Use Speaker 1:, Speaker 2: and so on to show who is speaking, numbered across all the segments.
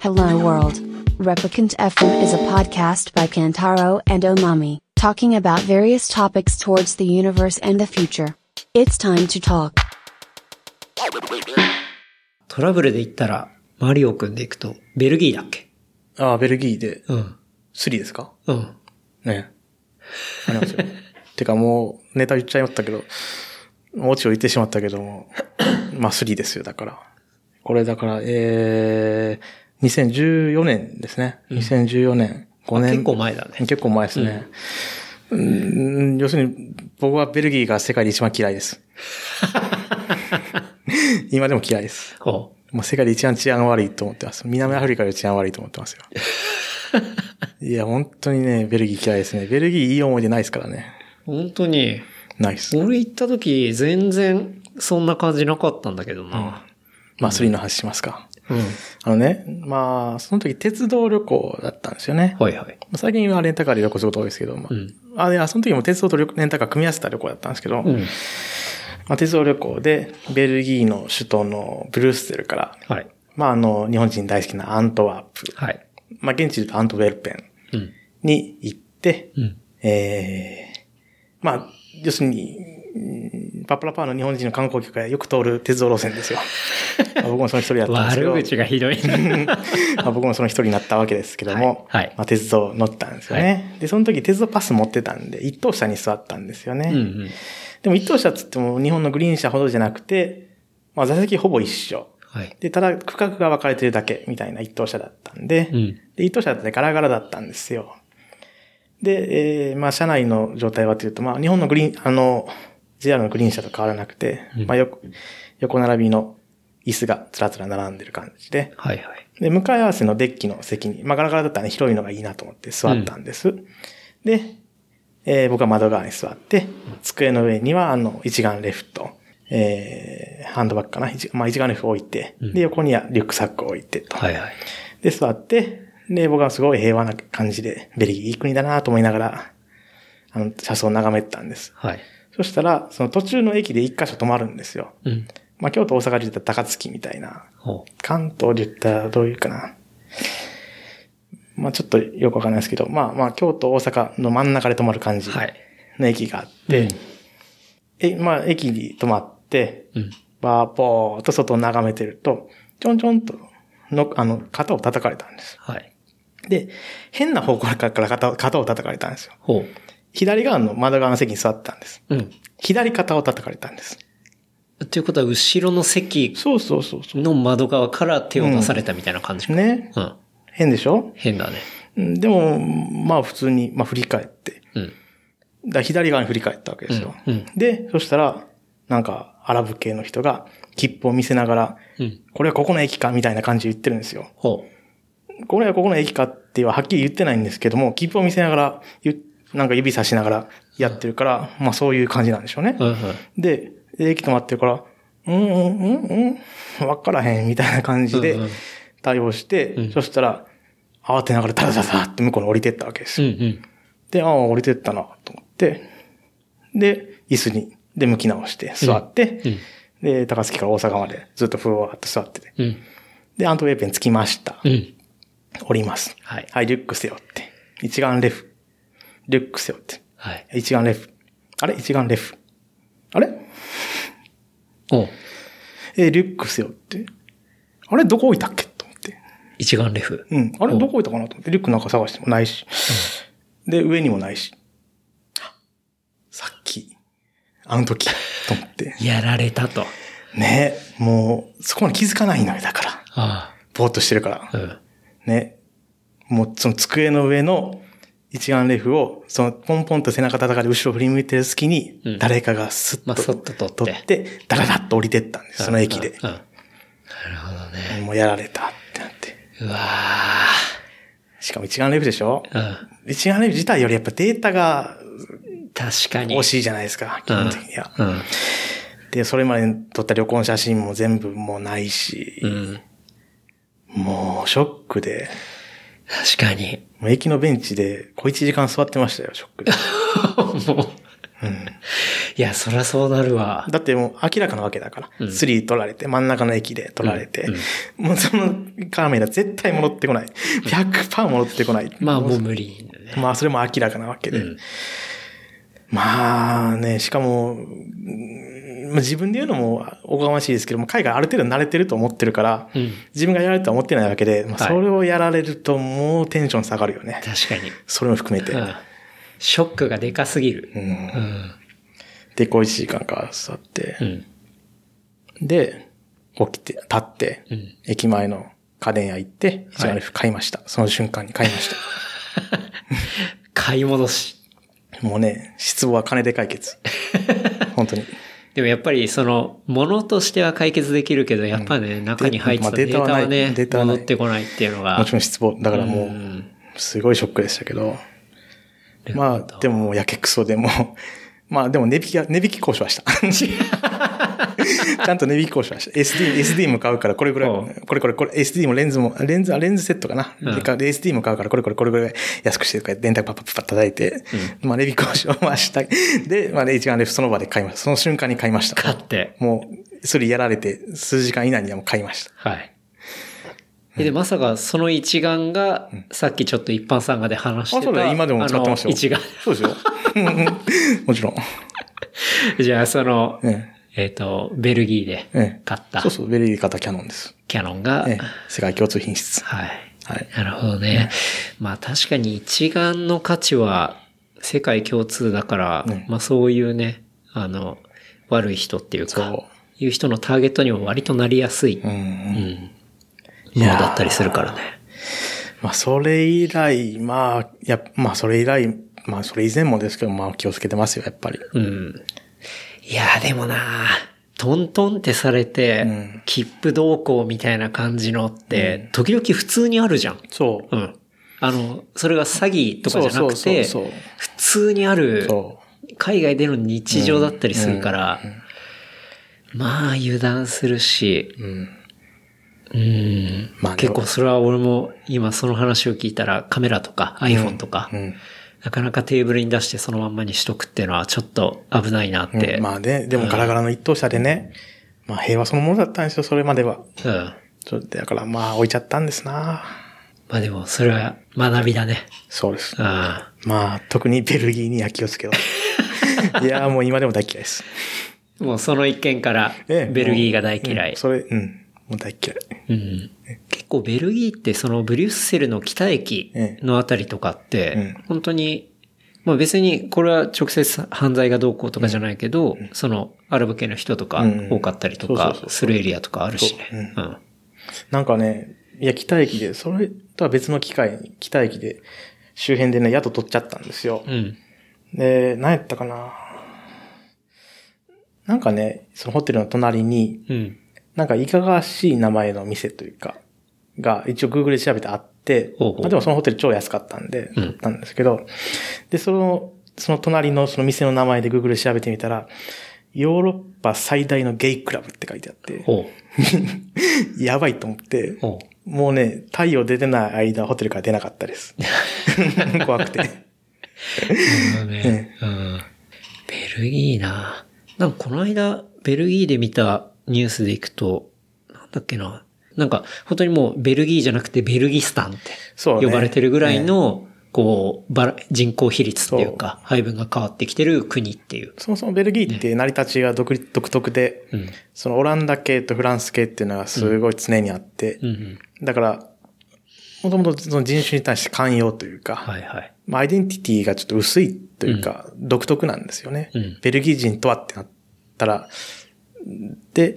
Speaker 1: Hello World. Replicant FM is a podcast by Kantaro and Omami, talking about various topics towards the universe and the future. It's time to talk.
Speaker 2: トラブルで言ったら、マリオくんで行くと、ベルギーだっけ
Speaker 3: ああ、ベルギーで、
Speaker 2: うん。
Speaker 3: スリーですか
Speaker 2: うん。
Speaker 3: ねあります よ。てかもう、ネタ言っちゃいまったけど、オチを言ってしまったけど も、まあスリーですよ、だから。これだから、えー、2014年ですね。2014年、5年。
Speaker 2: 結構前だね
Speaker 3: 結構前ですね。うん、要するに、僕はベルギーが世界で一番嫌い です。今でも嫌いです。
Speaker 2: ほ
Speaker 3: もう世界で一番治安悪いと思ってます。南アフリカより治安悪いと思ってます よ。いや、本当にね、ベルギー嫌いですね。ベルギーいい思い出ないですからね。
Speaker 2: う。本当に、
Speaker 3: ないです。
Speaker 2: 俺行った時、全然、そんな感じなかったんだけどな。
Speaker 3: まあ、スリーの話しますか。
Speaker 2: うん。
Speaker 3: あのね、まあ、その時鉄道旅行だったんですよね。
Speaker 2: はいはい。
Speaker 3: 最近はレンタカーで旅行することが多いですけど、まあ、
Speaker 2: うん
Speaker 3: あ、いや、その時も鉄道と旅レンタカー組み合わせた旅行だったんですけど、
Speaker 2: うん。
Speaker 3: まあ、鉄道旅行で、ベルギーの首都のブルーステルから、
Speaker 2: はい。
Speaker 3: まあ、あの、日本人大好きなアントワープ、
Speaker 2: はい。
Speaker 3: まあ、現地で言うとアントウェルペン
Speaker 2: うん。
Speaker 3: に行って、
Speaker 2: うん。
Speaker 3: ええまあ、要するに、うんパッパラパーの日本人の観光客がよく通る鉄道路線 ですよ。まあ僕もその一人だったんですけど。
Speaker 2: 悪口がひどい な。
Speaker 3: まあ僕もその一人になったわけですけども、
Speaker 2: はいはい
Speaker 3: まあ、鉄道乗ったんですよね、で、その時鉄道パス持ってたんで、一等車に座ったんですよね。
Speaker 2: うんうん。
Speaker 3: でも一等車っつっても日本のグリーン車ほどじゃなくて、まあ座席ほぼ一緒。
Speaker 2: はい。
Speaker 3: で、ただ区画が分かれてるだけみたいな一等車だったんで、
Speaker 2: うん。
Speaker 3: で、一等車だってガラガラだったんですよ。で、えーまあ、車内の状態はというと、まあ、日本のグリーン、あの、JR のグリーン車と変わらなくて、
Speaker 2: うん
Speaker 3: まあ、よく、横並びの椅子がつらつら並んでる感じで、
Speaker 2: はいはい。
Speaker 3: で、向かい合わせのデッキの席に、まあ、ガラガラだったらね、広いのがいいなと思って座ったんです。で、えー僕は窓側に座って、机の上には、あの、一眼レフと、えーハンドバッグかな、一まあ、一眼レフを置いて、
Speaker 2: うん
Speaker 3: で、横にはリュックサックを置いてと。
Speaker 2: はいはい。
Speaker 3: で、座って、で、僕はすごい平和な感じで、ベルギーいい国だなと思いながら、あの、車窓を眺めてたんです。
Speaker 2: はい。
Speaker 3: そしたら、その途中の駅で一箇所止まるんですよ。
Speaker 2: うん。
Speaker 3: まあ、京都、大阪で言ったら高槻みたいな。
Speaker 2: ほ
Speaker 3: 関東で言ったらどういうかな。まあ、ちょっとよくわかんないですけど、まあまあ、京都、大阪の真ん中で止まる感
Speaker 2: う。
Speaker 3: じ
Speaker 2: はい。
Speaker 3: の駅があって、
Speaker 2: うん
Speaker 3: え、まあ、駅に止まって、
Speaker 2: うん。
Speaker 3: バーポーっと外を眺めてると、ちょんちょんと、の、あの、肩を叩かれたんです。
Speaker 2: はい。
Speaker 3: で、変な方向から肩を肩を叩かれたんですよ。
Speaker 2: ほ
Speaker 3: 左側の窓側の席に座ったんです。
Speaker 2: う。うん。
Speaker 3: 左肩を叩かれたんです。
Speaker 2: ということは、後ろの席
Speaker 3: そうそうそうそ
Speaker 2: の窓側から手を出されたみたいな感じか。
Speaker 3: う。ね。
Speaker 2: うん。
Speaker 3: 変でしょ
Speaker 2: 変だね。
Speaker 3: うんでも、まあ普通に、まあ振り返って。
Speaker 2: うん。
Speaker 3: だから左側に振り返ったわけですよ。
Speaker 2: うんうん
Speaker 3: で、そしたら、なんか、アラブ系の人が、切符を見せながら、
Speaker 2: うん。
Speaker 3: これはここの駅かみたいな感じで言ってるんですよ。
Speaker 2: ほ
Speaker 3: これはここの駅かってははっきり言ってないんですけども、切符を見せながら、ゆなんか指さしながらやってるから、まあそういう感じなんでしょうね。
Speaker 2: う。うんうん。
Speaker 3: で、駅止まってるから、うんうんうんうん、わからへんみたいな感じで
Speaker 2: うんうん
Speaker 3: 対応して、
Speaker 2: うん
Speaker 3: そしたら、慌てながらダラダラダラって向こうに降りてったわけです
Speaker 2: うんう
Speaker 3: よ。
Speaker 2: ん。
Speaker 3: で、ああ、降りてったなと思って、で、椅子に、で、向き直して座って、
Speaker 2: うん
Speaker 3: で、高槻から大阪までずっとふわーっと座ってて、
Speaker 2: うん。
Speaker 3: で、アントウェーペン着きました。
Speaker 2: うん。
Speaker 3: 降ります。
Speaker 2: はい
Speaker 3: はい、リュック背負って。一眼レフ。リュック背負って。
Speaker 2: はい。
Speaker 3: 一眼レフ。あれ一眼レフ。あれ
Speaker 2: おう
Speaker 3: えーリュック背負って、あれどこ置いたっけと思って。
Speaker 2: 一眼レフ。
Speaker 3: うん。あれどこ置いたかなと思って、リュックなんか探してもないし。で、上にもないし。さっき、あの時、と思って。
Speaker 2: やられたと。
Speaker 3: ねもう、そこまで気づかないのよ、だから。
Speaker 2: あ
Speaker 3: ぼーっとしてるから
Speaker 2: あ。。うん。
Speaker 3: ね。もう、その机の上の一眼レフを、その、ポンポンと背中叩かれて後ろ振り向いてる隙に
Speaker 2: うん、
Speaker 3: 誰かがスッと、
Speaker 2: まあそっと取って
Speaker 3: 取って、ダラダッと降りてったんです、その駅で
Speaker 2: うん。。うんなるほどね。
Speaker 3: もうやられたってなって。
Speaker 2: うわ
Speaker 3: しかも一眼レフでしょ
Speaker 2: あ。うん。
Speaker 3: 一眼レフ自体よりやっぱデータが
Speaker 2: 確かに。
Speaker 3: 惜しいじゃないですか、基
Speaker 2: うん
Speaker 3: 本的には。
Speaker 2: うん。
Speaker 3: で、それまでに撮った旅行の写真も全部もうないし、
Speaker 2: うん。
Speaker 3: もうショックで、
Speaker 2: 確かに。
Speaker 3: もう駅のベンチで小一時間座ってましたよ、ショックで。
Speaker 2: もう、
Speaker 3: うん
Speaker 2: いや、そらそうなるわ。
Speaker 3: だってもう明らかなわけだから。
Speaker 2: うん
Speaker 3: 3取られて、真ん中の駅で取られて、もうそのカメラ絶対戻ってこない。100%戻ってこない。
Speaker 2: まあ、もう無理だね。
Speaker 3: まあそれも明らかなわけで。
Speaker 2: うん
Speaker 3: まあね、しかも、うんまあ自分で言うのもおこがましいですけども、海外ある程度慣れてると思ってるから、
Speaker 2: うん
Speaker 3: 自分がやられるとは思ってないわけで、まあ、
Speaker 2: はい
Speaker 3: それをやられるともうテンション下がるよね。
Speaker 2: 確かに。
Speaker 3: それも含めて。
Speaker 2: うんショックがでかすぎる。
Speaker 3: うん
Speaker 2: うん。
Speaker 3: で、こう1時間か座って
Speaker 2: う、ん。
Speaker 3: で、起きて、立って、
Speaker 2: うん
Speaker 3: 駅前の家電屋行って、
Speaker 2: はい
Speaker 3: 1RF 買いました。その瞬間に買いまし
Speaker 2: 買い戻し。
Speaker 3: た。もうね、失望は金で解決。 本当に。
Speaker 2: でもやっぱりその、ものとしては解決できるけど、やっぱね、中に入ってたデータ
Speaker 3: まあ
Speaker 2: は
Speaker 3: データはな
Speaker 2: ね
Speaker 3: い、データはない
Speaker 2: 戻ってこないっていうのが。
Speaker 3: もちろん失望。だからも
Speaker 2: ん
Speaker 3: う、すごいショックでしたけど。 まあ、でももうやけくそでも、まあでも値引きは、値引き交渉はした。ちゃんと値引き交渉はした。SD、SD も買うからこれぐらい
Speaker 2: おう、
Speaker 3: これこれこれ、SD もレンズも、レンズ、あレンズセットかな。
Speaker 2: うん
Speaker 3: でかで SD も買うからこれこれこれぐらい安くしてとか、電卓パッパッパッ叩いて、まあ値引き交渉はした。で、まあ一眼レフその場で買いました。その瞬間に買いました。
Speaker 2: 買って。
Speaker 3: もう、それやられて数時間以内にはもう買いました。
Speaker 2: はい。えで、まさかその一眼が、さっきちょっと一般参加で話し
Speaker 3: あ、
Speaker 2: て
Speaker 3: そうだ
Speaker 2: た。
Speaker 3: よ、今でも使ってますよ。
Speaker 2: あの一眼。
Speaker 3: そうですよ。もちろん。
Speaker 2: じゃあ、その、
Speaker 3: ええ
Speaker 2: えっ、と、ベルギー
Speaker 3: え
Speaker 2: で
Speaker 3: え
Speaker 2: 買った
Speaker 3: そうそう、ベリー型キャノンです。
Speaker 2: キャノンが、
Speaker 3: ええ世界共通品質。
Speaker 2: はい。
Speaker 3: はい。
Speaker 2: なるほどね。まあ確かに一眼の価値は世界共通だから、
Speaker 3: うん
Speaker 2: まあそういうね、あの、悪い人っていう
Speaker 3: そ
Speaker 2: か
Speaker 3: う、
Speaker 2: いう人のターゲットにも割となりやすい、
Speaker 3: う
Speaker 2: うん
Speaker 3: ん。
Speaker 2: ものだったりするからね。
Speaker 3: まあ、それ以来、まあ、やっ、まあ、それ以来、まあ、それ以前もですけど、まあ、気をつけてますよ、やっぱり。
Speaker 2: うん。いやーでもなトントンってされて、
Speaker 3: ん
Speaker 2: 切符同行みたいな感じのって、時々普通にあるじゃん。
Speaker 3: そう
Speaker 2: う。ん。あの、それが詐欺とかじゃなく
Speaker 3: そうそう
Speaker 2: て、
Speaker 3: そうそう
Speaker 2: 普通にある、
Speaker 3: そ
Speaker 2: 海外での日常だったりするから、まあ油断するし、
Speaker 3: う。うん。
Speaker 2: うん
Speaker 3: まあ
Speaker 2: 結構それは俺も今その話を聞いたらカメラとか iPhone とか、
Speaker 3: うん。
Speaker 2: なかなかテーブルに出してそのまんまにしとくっていうのはちょっと危ないなっ
Speaker 3: うん
Speaker 2: て。うん。
Speaker 3: まあね、でもガラガラの一等車でね、まあ、平和そのものだったんですよ、それまでは。そうだから、まあ、置いちゃったんですな。
Speaker 2: まあでもそれは学びだね。
Speaker 3: そうです。
Speaker 2: うん。
Speaker 3: まあ、特にベルギーには気をつ けよう。いやー、もう今でも大嫌いです。
Speaker 2: もうその一件からベ
Speaker 3: ええ
Speaker 2: ルギーが大嫌
Speaker 3: う
Speaker 2: い
Speaker 3: ん。それ、うん。もう大嫌い。
Speaker 2: うん結構ベルギーってそのブリュッセルの北駅のあたりとかって、
Speaker 3: ええ
Speaker 2: 本当に、まあ別にこれは直接犯罪がどうこうとかじゃないけど、そのアラブ系の人とか
Speaker 3: うん
Speaker 2: 多かったりと
Speaker 3: そう
Speaker 2: か
Speaker 3: そうそう
Speaker 2: するエリアとかあるしね。
Speaker 3: そう
Speaker 2: うん
Speaker 3: なんかね、いや、北駅で、それとは別の機会に、北駅で、周辺でね、宿取っちゃったんですよ。
Speaker 2: うん。
Speaker 3: で、何やったかななんかね、そのホテルの隣に、
Speaker 2: うん。
Speaker 3: なんかいかがわしい名前の店というか、が一応 Google で調べてあって、
Speaker 2: ほうほう
Speaker 3: まあでもそのホテル超安かったんで、
Speaker 2: うん
Speaker 3: だったんですけど、で、その、その隣のその店の名前で Google で調べてみたら、ヨーロッパ最大のゲイクラブって書いてあって、
Speaker 2: おう。
Speaker 3: やばいと思って、
Speaker 2: おう。
Speaker 3: もうね、太陽出てない間、ホテルから出なかったです。 怖くて。
Speaker 2: そうだねうん。ベルギーな。なんかこの間、ベルギーで見たニュースでいくと、なんだっけな。なんか、本当にもうベルギーじゃなくてベルギスタンって
Speaker 3: そうね
Speaker 2: 呼ばれてるぐらいの、こう、ばら人口比率っていうか、配分が変わってきてる国っていう。
Speaker 3: そもそもベルギーって成り立ちが独立独特で、
Speaker 2: うん。
Speaker 3: そのオランダ系とフランス系っていうのがすごい常にあって、
Speaker 2: うんうん。
Speaker 3: だから、もともとその人種に対して寛容というか、
Speaker 2: はいはい。
Speaker 3: まあ、アイデンティティがちょっと薄いというか、独特なんですよね、
Speaker 2: うん
Speaker 3: ベルギー人とはってなったら、で、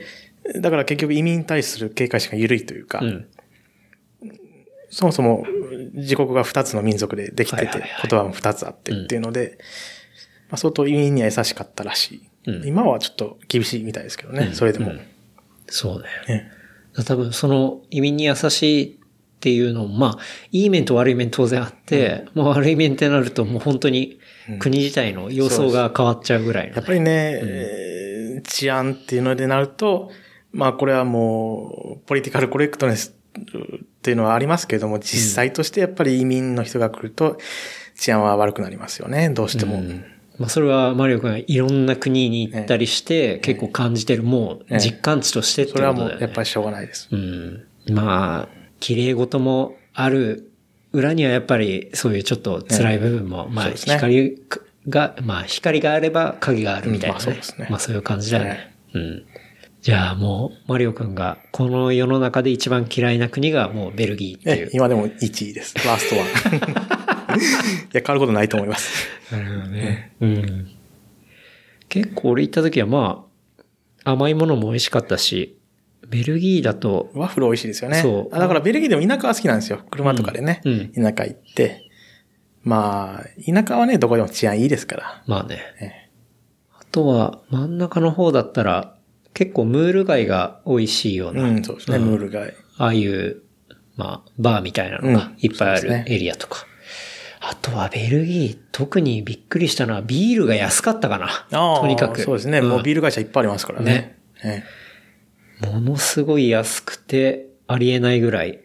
Speaker 3: だから結局移民に対する警戒心が緩いというか、
Speaker 2: うん。
Speaker 3: そもそも自国が2つの民族でできて
Speaker 2: は
Speaker 3: て、
Speaker 2: いはいはい
Speaker 3: 言葉も2つあってっていうので、まあ、相当移民には優しかったらしい、
Speaker 2: うん
Speaker 3: 今はちょっと厳しいみたいですけどね、それでも。
Speaker 2: うんそうね。
Speaker 3: ね
Speaker 2: 多分その移民に優しいっていうのも、まあ、いい面と悪い面当然あって、もう悪い面ってなるともう本当に国自体の様相が変わっちゃうぐらいの、ね
Speaker 3: やっぱりね、えー治安っていうのでなると、まあこれはもう、ポリティカルコレクトネスっていうのはありますけれども、実際としてやっぱり移民の人が来ると、治安は悪くなりますよね、どうしても。
Speaker 2: うんまあ、それはマリオ君がいろんな国に行ったりして、結構感じてる、もう
Speaker 3: ええ
Speaker 2: 実感値としてって
Speaker 3: そ
Speaker 2: こ
Speaker 3: れ
Speaker 2: とだ
Speaker 3: は
Speaker 2: よね。
Speaker 3: もう、やっぱりしょうがないです。
Speaker 2: うん。まあ、綺麗事もある裏にはやっぱりそういうちょっと辛い部分も、まあ、
Speaker 3: そうですね
Speaker 2: 光が、まあ、光があれば影があるみたいな、ね
Speaker 3: うんまあそうですね
Speaker 2: まあそういう感じだよね。うん。じゃあもう、マリオくんが、この世の中で一番嫌いな国がもうベルギーってい
Speaker 3: え
Speaker 2: う。
Speaker 3: 今でも1位です。ワー ストワン。いや、変わることないと思います。
Speaker 2: なるほどね。うん。結構俺行った時はまあ、甘いものも美味しかったし、ベルギーだと、
Speaker 3: ワッフル美味しいですよね。
Speaker 2: そう
Speaker 3: あだからベルギーでも田舎は好きなんですよ。車とかでね。
Speaker 2: うん
Speaker 3: 田舎行って。まあ、田舎はね、どこでも治安いいですから。
Speaker 2: まあね。
Speaker 3: ね
Speaker 2: あとは、真ん中の方だったら、結構ムール貝が美味しいような、
Speaker 3: うん、そうですね、
Speaker 2: うん
Speaker 3: ムール街。
Speaker 2: ああいう、まあ、バーみたいなのが
Speaker 3: うん
Speaker 2: いっぱいあ
Speaker 3: そうですね
Speaker 2: るエリアとか。あとはベルギー、特にびっくりしたのはビールが安かったかな。
Speaker 3: ああ、
Speaker 2: とにかく。
Speaker 3: そうですね、もうビール会社いっぱいありますからね。ね
Speaker 2: うんものすごい安くて、ありえないぐらい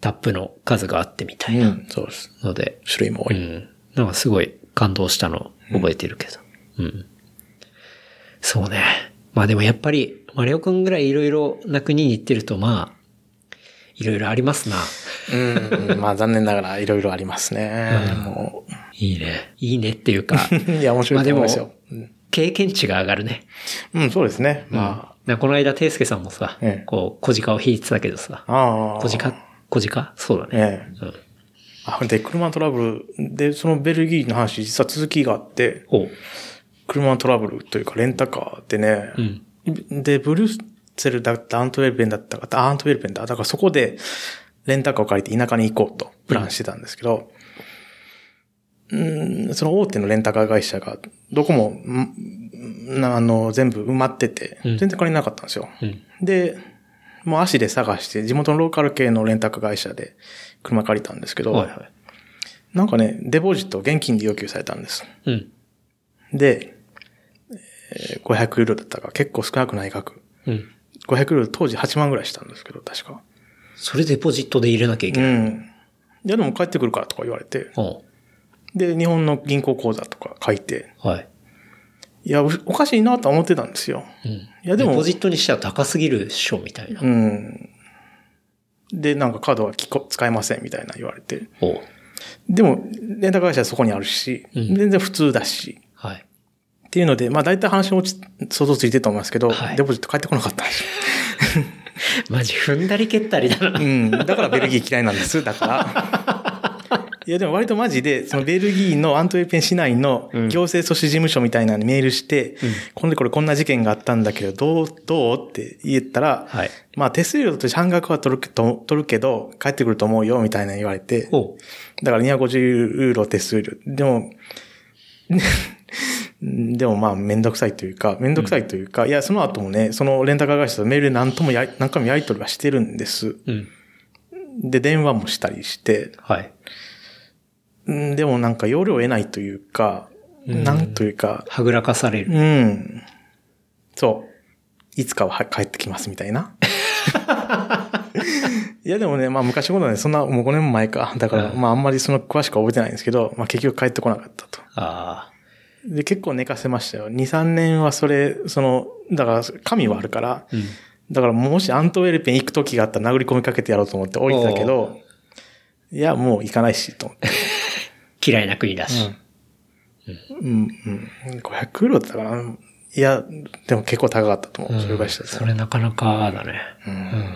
Speaker 2: タップの数があってみたいな
Speaker 3: うん、そうです。
Speaker 2: ので、
Speaker 3: 種類も
Speaker 2: う
Speaker 3: 多い。
Speaker 2: ん。なんかすごい感動したの覚えてるけど。うん。そうね。まあでもやっぱり、マリオくんぐらいいろいろな国に行ってると、まあ、いろいろありますな。
Speaker 3: うん、まあ残念ながらいろいろありますね。も
Speaker 2: いいね。いいねって いうか、
Speaker 3: う。いや、面白いと思いますよ。
Speaker 2: 経験値が上がるね。
Speaker 3: うん、うんそうですね。ま
Speaker 2: まあ。この間、ていすけさんもさ、
Speaker 3: ええ
Speaker 2: こう、小鹿を引いてたけどさ
Speaker 3: あ。、ああ。
Speaker 2: 小鹿小鹿そうだね。
Speaker 3: え
Speaker 2: う
Speaker 3: え。
Speaker 2: ん。
Speaker 3: あ、で、車トラブル。で、そのベルギーの話、実は続きがあって、
Speaker 2: おう。
Speaker 3: 車トラブルというか、レンタカーでね、
Speaker 2: うん。
Speaker 3: で、ブルッセルだった、アントウェルペンだったか、あアントウェルペンだ。だからそこで、レンタカーを借りて田舎に行こうと、プランしてたんですけど、うん、その大手のレンタカー会社が、どこも、んなあの、全部埋まってて、
Speaker 2: うん
Speaker 3: 全然借りれなかったんですよ。
Speaker 2: うん。
Speaker 3: で、もう足で探して、地元のローカル系のレンタカー会社で車借りたんですけど、
Speaker 2: はいはい。
Speaker 3: なんかね、デポジットを現金で要求されたんです。
Speaker 2: うん。
Speaker 3: で、えー500ユーロだったから結構少なくない額。
Speaker 2: うん。
Speaker 3: 500ユーロ当時8万ぐらいしたんですけど、確か。
Speaker 2: それデポジットで入れなきゃいけ
Speaker 3: う
Speaker 2: ない。
Speaker 3: ん。いやでも帰ってくるからとか言われて、
Speaker 2: おう
Speaker 3: で、日本の銀行口座とか書いて、
Speaker 2: はい。
Speaker 3: いや、おおかしいなとは思ってたんですよ。
Speaker 2: うん。
Speaker 3: いやでも
Speaker 2: デポジットにしては高すぎるっしょ、みたいな。
Speaker 3: うん。で、なんかカードはきこ使えませんみたいな言われて。
Speaker 2: おう
Speaker 3: でも、レンタカー会社はそこにあるし、
Speaker 2: うん
Speaker 3: 全然普通だし。
Speaker 2: はい。
Speaker 3: っていうので、まあ大体話もち想像ついてると思いますけど、
Speaker 2: はい
Speaker 3: デポジット返ってこなかったんですよ。
Speaker 2: マジ踏んだり蹴ったりだな。
Speaker 3: うん。だからベルギー嫌いなんです。だから。 いや、でも割とマジで、そのベルギーのアントウェルペン市内の
Speaker 2: うん
Speaker 3: 行政組織事務所みたいなのにメールして、このこれこんな事件があったんだけど、どう、どうって言ったら、
Speaker 2: はい。
Speaker 3: まあ手数料として半額は取るけど、取るけど、帰ってくると思うよ、みたいなの言われて、
Speaker 2: おう
Speaker 3: だから250ユーロ手数料。でも、 でもまあめんどくさいというか、めんどくさいというか、いや、その後もね、そのレンタカー会社とメールで何ともやり、何回もやり取りはしてるんです。
Speaker 2: うん。
Speaker 3: で、電話もしたりして、
Speaker 2: はい。
Speaker 3: うんでもなんか要領を得ないというか、
Speaker 2: うん
Speaker 3: なんというか、
Speaker 2: はぐらかされる。
Speaker 3: うん。そう。いつかはは帰ってきますみた いな。いやでもね、まあ昔ほどね、そんなもう5年も前か。だから、
Speaker 2: うん
Speaker 3: まああんまりその詳しくは覚えてないんですけど、まあ結局帰ってこなかったと。
Speaker 2: ああ。
Speaker 3: で、結構寝かせましたよ。2、3年はそれ、その、だから、神はあるから、
Speaker 2: うん。
Speaker 3: だからもしアントウェルペン行く時があったら殴り込みかけてやろうと思って置いてたけ
Speaker 2: お
Speaker 3: ど、いや、もう行かないし、と思って。
Speaker 2: 嫌いな国だし。
Speaker 3: うん、うん。500ユーロだったかな。いや、でも結構高かったと思う。それぐらいしたと
Speaker 2: そ
Speaker 3: 思う
Speaker 2: れなかなかだね。
Speaker 3: うん。
Speaker 2: も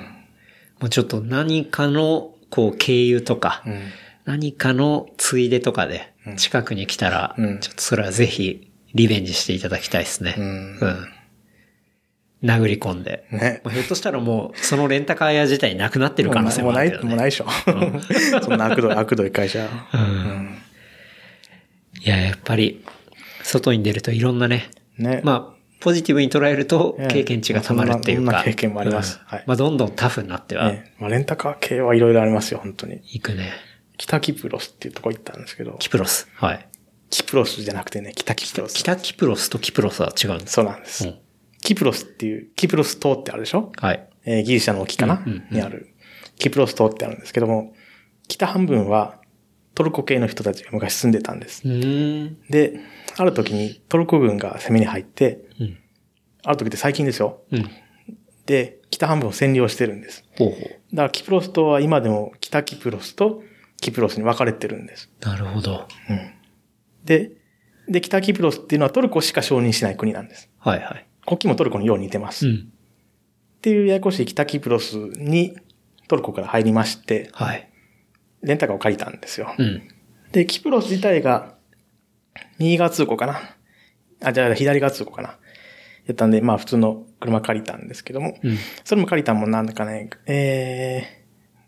Speaker 2: うちょっと何かの、こう、経由とか、
Speaker 3: うん。
Speaker 2: 何かのついでとかで、近くに来たら、
Speaker 3: うん
Speaker 2: ちょっとそれはぜひ、リベンジしていただきたいですね。
Speaker 3: うん
Speaker 2: うん。殴り込んで。
Speaker 3: ね。
Speaker 2: まあひょっとしたらもう、そのレンタカー屋自体なくなってる可能性
Speaker 3: も
Speaker 2: も
Speaker 3: う
Speaker 2: あ
Speaker 3: な
Speaker 2: る
Speaker 3: い、
Speaker 2: けど
Speaker 3: もう
Speaker 2: ね。
Speaker 3: ないでしょ。 そんな悪どい、悪どい会社。
Speaker 2: うんいや、やっぱり、外に出るといろんなね、
Speaker 3: ね。
Speaker 2: まあ、ポジティブに捉えると
Speaker 3: ええ
Speaker 2: 経験値が溜まるっていうか。
Speaker 3: そんなそんな経験もあります
Speaker 2: うん
Speaker 3: はい
Speaker 2: まあ、どんどんタフになっては
Speaker 3: ねまあ、レンタカー系はいろいろありますよ、本当に。
Speaker 2: いくね。
Speaker 3: 北キプロスっていうとこ行ったんですけど、
Speaker 2: キプロス。はい。
Speaker 3: キプロスじゃなくてね、北キプロス。
Speaker 2: 北キプロスとキプロスは違うんです。
Speaker 3: そうなんです、
Speaker 2: うん
Speaker 3: キプロスっていう、キプロス島ってあるでしょ
Speaker 2: はい。
Speaker 3: えーギリシャの沖かな、
Speaker 2: うんうんうん
Speaker 3: にある、キプロス島ってあるんですけども、北半分はトルコ系の人たちが昔住んでたんです。
Speaker 2: うーん。
Speaker 3: で、ある時にトルコ軍が攻めに入って、
Speaker 2: うん。
Speaker 3: ある時って最近ですよ。
Speaker 2: うん。
Speaker 3: で、北半分を占領してるんです。
Speaker 2: ほうほう。
Speaker 3: だからキプロス島は今でも北キプロスとキプロスに分かれてるんです。
Speaker 2: なるほど。
Speaker 3: うん。で、で、北キプロスっていうのはトルコしか承認しない国なんです。
Speaker 2: はいはい。
Speaker 3: 国旗もトルコによう似てます。
Speaker 2: う
Speaker 3: っ
Speaker 2: ん。
Speaker 3: ていうややこしい北キプロスにトルコから入りまして、
Speaker 2: はい。
Speaker 3: レンタカーを借りたんですよ。
Speaker 2: うん。
Speaker 3: で、キプロス自体が、右側通行かな。あ、じゃあ左側通行かな。やったんで、まあ普通の車借りたんですけども、
Speaker 2: うん。
Speaker 3: それも借りたもんなんだかね、えー、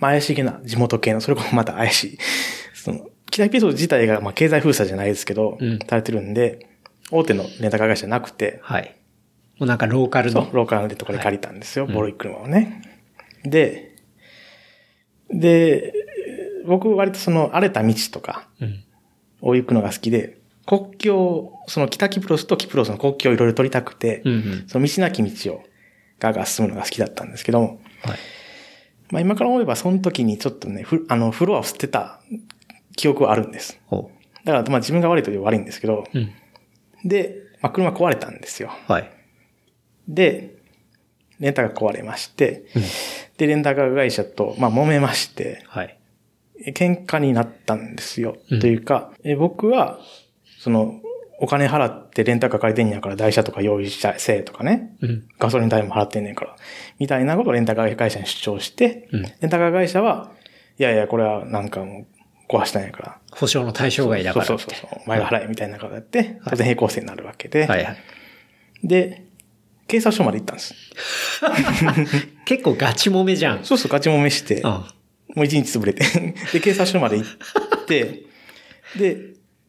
Speaker 3: まあ怪しげな地元系の、それこそまた怪しい。その、北ピソ自体が、まあ経済封鎖じゃないですけど、
Speaker 2: うん
Speaker 3: されてるんで、大手のレンタカー会社じゃなくて、
Speaker 2: はい。もうなんかローカル
Speaker 3: そ
Speaker 2: の
Speaker 3: う、。ローカルでとこで借りたんですよ、
Speaker 2: はい
Speaker 3: ボロい車をね。で、で、僕割とその荒れた道とか、
Speaker 2: うん。
Speaker 3: を行くのが好きで、国境を、その北キプロスとキプロスの国境をいろいろ取りたくて、
Speaker 2: うんうん。
Speaker 3: その道なき道をガーガー進むのが好きだったんですけども、
Speaker 2: はい。
Speaker 3: まあ今から思えばその時にちょっとね、ふあの、フロアを捨てた記憶はあるんです。
Speaker 2: ほ
Speaker 3: だからまあ自分が悪いという悪いんですけど、
Speaker 2: う。うん。
Speaker 3: で、まあ車壊れたんですよ。
Speaker 2: はい。
Speaker 3: で、レンタカー壊れまして、
Speaker 2: うん
Speaker 3: で、レンタカー会社と、まあ揉めまして、
Speaker 2: はい。
Speaker 3: 喧嘩になったんですよ。
Speaker 2: うん
Speaker 3: というか、え僕は、その、お金払ってレンタカー借りてんやから台車とか用意したせえとかね。
Speaker 2: うん。
Speaker 3: ガソリン代も払ってんねんから。みたいなことをレンタカー会社に主張して、
Speaker 2: うん
Speaker 3: レンタカー会社は、いやいや、これはなんかもう壊したんやから。
Speaker 2: 保証の対象外だから。
Speaker 3: そうそうそうそう。お前が払えみたいなことやって、当然平行線になるわけで。
Speaker 2: はいはい。
Speaker 3: で、警察署まで行ったんです。
Speaker 2: 結構ガチ揉めじゃん。
Speaker 3: そうそう、ガチ揉めして。
Speaker 2: あ
Speaker 3: もう一日潰れて。 で、警察署まで行って、で、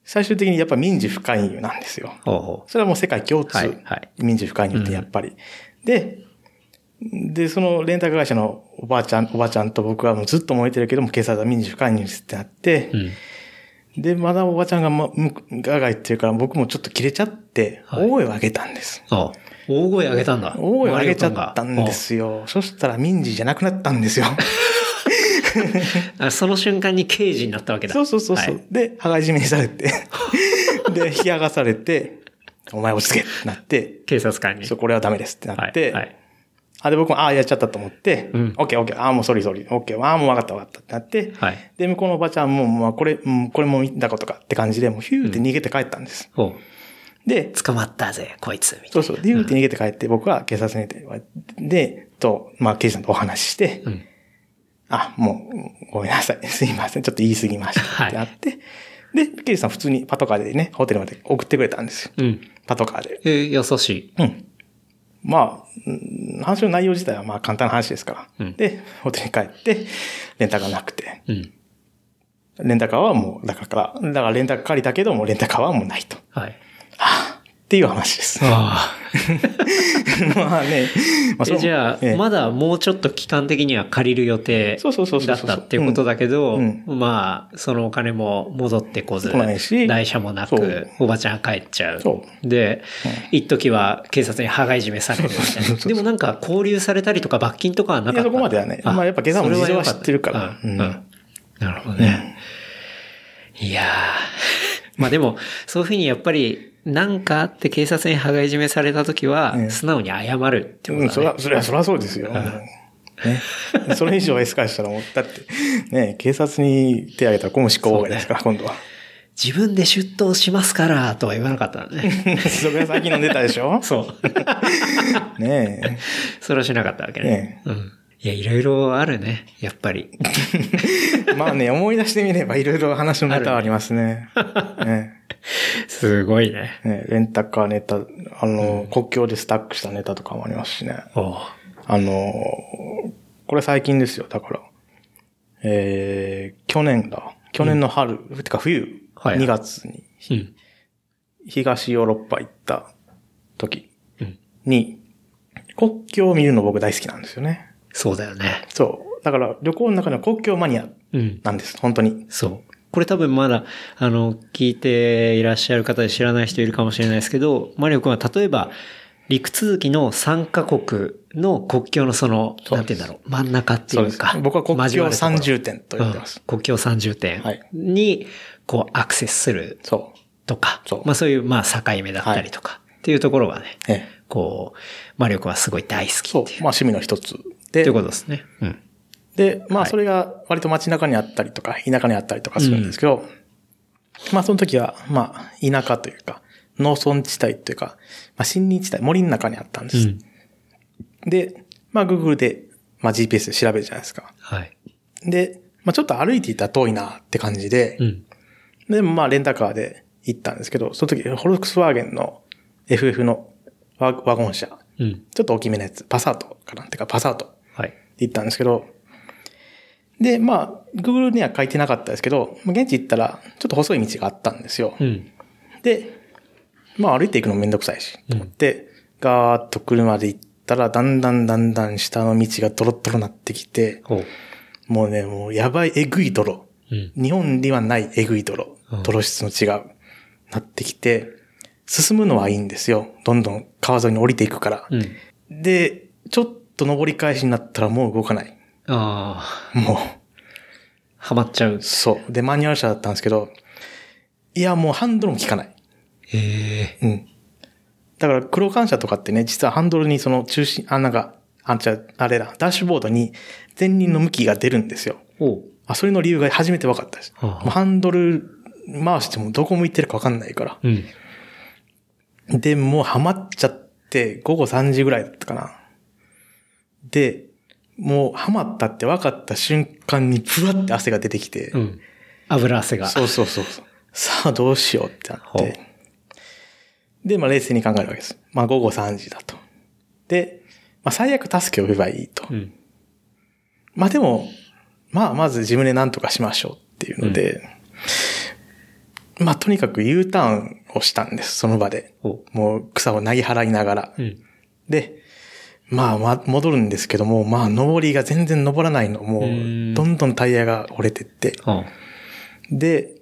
Speaker 3: 最終的にやっぱ民事不介入なんですよ。
Speaker 2: あ。ほうほ
Speaker 3: それはもう世界共通。
Speaker 2: はいはい
Speaker 3: 民事不介入ってやっぱり。で、で、そのレンタカー会社のおばあちゃん、おばあちゃんと僕はもうずっと燃えてるけども、警察は民事不介入ってなって
Speaker 2: う。う、ん。
Speaker 3: で、まだおばちゃんが、ま、むガガ言ってるから僕もちょっと切れちゃって、
Speaker 2: はい
Speaker 3: 大声を上げたんです。
Speaker 2: ああ。大声上げたんだ。
Speaker 3: 大声を上げちゃったんですよ。そしたら民事じゃなくなった んですよ。
Speaker 2: あ。あその瞬間に刑事になったわけだ。
Speaker 3: そうそうそうそう、
Speaker 2: はい
Speaker 3: で、羽交い締めにされ て、で、引き剥がされて、お前落ち着けってなって、
Speaker 2: 警察官に。
Speaker 3: そう、これはダメですってな
Speaker 2: は
Speaker 3: っ
Speaker 2: い。
Speaker 3: て、
Speaker 2: はい。
Speaker 3: あ、で、僕も、ああ、やっちゃったと思って、
Speaker 2: うん
Speaker 3: オッケーオッケー、ああ、もうソリソリ、オッケー、ああ、もう分かった分かったってなって、
Speaker 2: はい。
Speaker 3: で、向こうのおばちゃんも、まあ、これ、うん、これも見たことかって感じで、もうヒューって逃げて帰ったんです。
Speaker 2: ほ
Speaker 3: で
Speaker 2: う。、捕まったぜ、こいつ。みたいな
Speaker 3: そうそう、でヒューって逃げて帰って、僕は警察に電話で、と、まあ、刑事さんとお話しして、
Speaker 2: うん。
Speaker 3: あ、もう、ごめんなさい。 すいません。ちょっと言い過ぎました。
Speaker 2: はい
Speaker 3: ってなって、で、刑事さん普通にパトカーでね、ホテルまで送ってくれたんですよ。
Speaker 2: うん。
Speaker 3: パトカーで。
Speaker 2: えー、優しい。
Speaker 3: うん。まあ、うん話の内容自体はまあ簡単な話ですから。
Speaker 2: うん
Speaker 3: で、ホテルに帰って、レンタカーなくて。
Speaker 2: うん。
Speaker 3: レンタカーはもう、だから、だからレンタカー借りたけども、レンタカーはもうないと。
Speaker 2: はい。
Speaker 3: っていう話です。
Speaker 2: あ
Speaker 3: まあね、まあ
Speaker 2: あ。じゃあ、
Speaker 3: ええ
Speaker 2: まだもうちょっと期間的には借りる予定
Speaker 3: そうそうそうそう
Speaker 2: だったっていうことだけど、
Speaker 3: うん
Speaker 2: まあ、そのお金も戻ってこず、
Speaker 3: 来ないし
Speaker 2: 台車もな
Speaker 3: そ
Speaker 2: く
Speaker 3: う、
Speaker 2: おばちゃん帰っちゃう。
Speaker 3: そ
Speaker 2: で、一時は警察に羽交い締めされるみたいな。でもなんか交留されたりとか罰金とかはなかっ
Speaker 3: い
Speaker 2: た
Speaker 3: や、そこまではね、まあやっぱ警察も事情は知ってるから。
Speaker 2: それ
Speaker 3: う
Speaker 2: は
Speaker 3: ん
Speaker 2: よかったうんうんなるほどね。いやー。 まあでも、そういうふうにやっぱり、なんかあって警察に羽交い締めされた時
Speaker 3: ええ
Speaker 2: は、素直に謝るってことだね。
Speaker 3: うん、そりゃ、そりゃ、そりゃそうですよ。もうね。それ以上エスカレートしたらもう、だって、ね、警察に手を挙げたら、これも執行妨害ですから、今度は。
Speaker 2: 自分で出頭しますから、とは言わなかったんだね。
Speaker 3: それが最近飲んでたでしょ
Speaker 2: そう。
Speaker 3: ね
Speaker 2: それはしなかったわけ
Speaker 3: ね
Speaker 2: ね。うん。いや、いろいろあるね、やっぱり。
Speaker 3: え。まあね、思い出してみれば、いろいろ話のネタはありますね。ね
Speaker 2: すごいね。
Speaker 3: えねえレンタカーネタ、あの、国境でスタックしたネタとかもありますしね。
Speaker 2: おう
Speaker 3: あの、これ最近ですよ、だから。えー、去年だ。去年の春、てか冬、
Speaker 2: はい
Speaker 3: 2月に
Speaker 2: うん。
Speaker 3: 東ヨーロッパ行った時
Speaker 2: うん
Speaker 3: に、国境を見るの僕大好きなんですよね。
Speaker 2: そうだよね。
Speaker 3: そう。だから旅行の中では国境マニア
Speaker 2: うん。
Speaker 3: なんです、本当に。
Speaker 2: そう。これ多分まだ、あの、聞いていらっしゃる方で知らない人いるかもしれないですけど、マリオ君は例えば、陸続きの3カ国の国境のその、
Speaker 3: そうです
Speaker 2: なんて言うんだろう、真ん中って
Speaker 3: そう
Speaker 2: い
Speaker 3: で
Speaker 2: う
Speaker 3: す
Speaker 2: か。。
Speaker 3: 僕は国
Speaker 2: 交
Speaker 3: 境
Speaker 2: わるところ
Speaker 3: 30点と言ってます
Speaker 2: うん。国境30点
Speaker 3: はい
Speaker 2: に、こう、アクセスする
Speaker 3: そ
Speaker 2: とか、
Speaker 3: そう
Speaker 2: まあそういう、まあ境目だったりとか、っていうところがね、
Speaker 3: う。ええ。
Speaker 2: こう、魔力はすごい大好きって
Speaker 3: そ
Speaker 2: いうう。。
Speaker 3: まあ趣味の一つ
Speaker 2: と
Speaker 3: で
Speaker 2: いう、ことですね。うん。
Speaker 3: で、ま
Speaker 2: は
Speaker 3: あ
Speaker 2: い
Speaker 3: それが割と街中にあったりとか、田舎にあったりとかするんですけど、まあその時は、まあ田舎というか、農村地帯というか、まあ森林地帯、森の中にあったんで
Speaker 2: う
Speaker 3: す。
Speaker 2: ん。
Speaker 3: で、まあ Google で、まあ GPS で調べるじゃないですか。
Speaker 2: はい。
Speaker 3: で、まあちょっと歩いていたら遠いなって感じで
Speaker 2: う、ん。
Speaker 3: でもまあレンタカーで行ったんですけど、その時、ホルクスワーゲンの FF のワワゴン車、
Speaker 2: うん。
Speaker 3: ちょっと大きめのやつ、パサートかなてかパサート
Speaker 2: はい。
Speaker 3: 行ったんですけど、で、まあ、Google には書いてなかったですけど、現地行ったら、ちょっと細い道があったんですよ。
Speaker 2: うん。
Speaker 3: で、まあ歩いていくのめんどくさいし、と思って、ガーッと車で行ったら、だんだんだんだん下の道がドロッドロなってきて、
Speaker 2: ほう。
Speaker 3: もうね、もうやばい、えぐい泥。
Speaker 2: うん。
Speaker 3: 日本にはないえぐい泥
Speaker 2: うん。
Speaker 3: 泥質の違う。なってきて、進むのはいいんですよ。どんどん川沿いに降りていくから。
Speaker 2: うん。
Speaker 3: で、ちょっと登り返しになったらもう動かない。
Speaker 2: ああ、
Speaker 3: もう。
Speaker 2: ハマっちゃう。
Speaker 3: そう。で、マニュアル車だったんですけど、いや、もうハンドルも効かない。
Speaker 2: へえ。
Speaker 3: うん。だから、黒感車とかってね、実はハンドルにその中心、あ、なんか、あ、じゃあ、あれだ、ダッシュボードに前輪の向きが出るんですよ。
Speaker 2: おう。
Speaker 3: あ、それの理由が初めて分かったです。
Speaker 2: はあはあ
Speaker 3: もうハンドル回してもどこ向いてるか分かんないから。
Speaker 2: うん。
Speaker 3: で、もうハマっちゃって、午後3時ぐらいだったかな。で、もうハマったって分かった瞬間に、ブワって汗が出てきて、
Speaker 2: うん。油汗が。
Speaker 3: そうそうそうそう。さあどうしようってなっ
Speaker 2: ほう
Speaker 3: て。で、まあ冷静に考えるわけです。まあ午後3時だと。で、まあ最悪助けを呼べばいいと。
Speaker 2: うん。
Speaker 3: まあでも、まあまず自分で何とかしましょうっていうので、まあとにかく U ターンをしたんです、その場で。
Speaker 2: ほう。
Speaker 3: もう草を投げ払いながら。
Speaker 2: うん。
Speaker 3: で、まあ、ま、戻るんですけども、まあ、登りが全然登らないの。も
Speaker 2: う
Speaker 3: う、
Speaker 2: ん
Speaker 3: どんどんタイヤが折れてって。
Speaker 2: は
Speaker 3: で、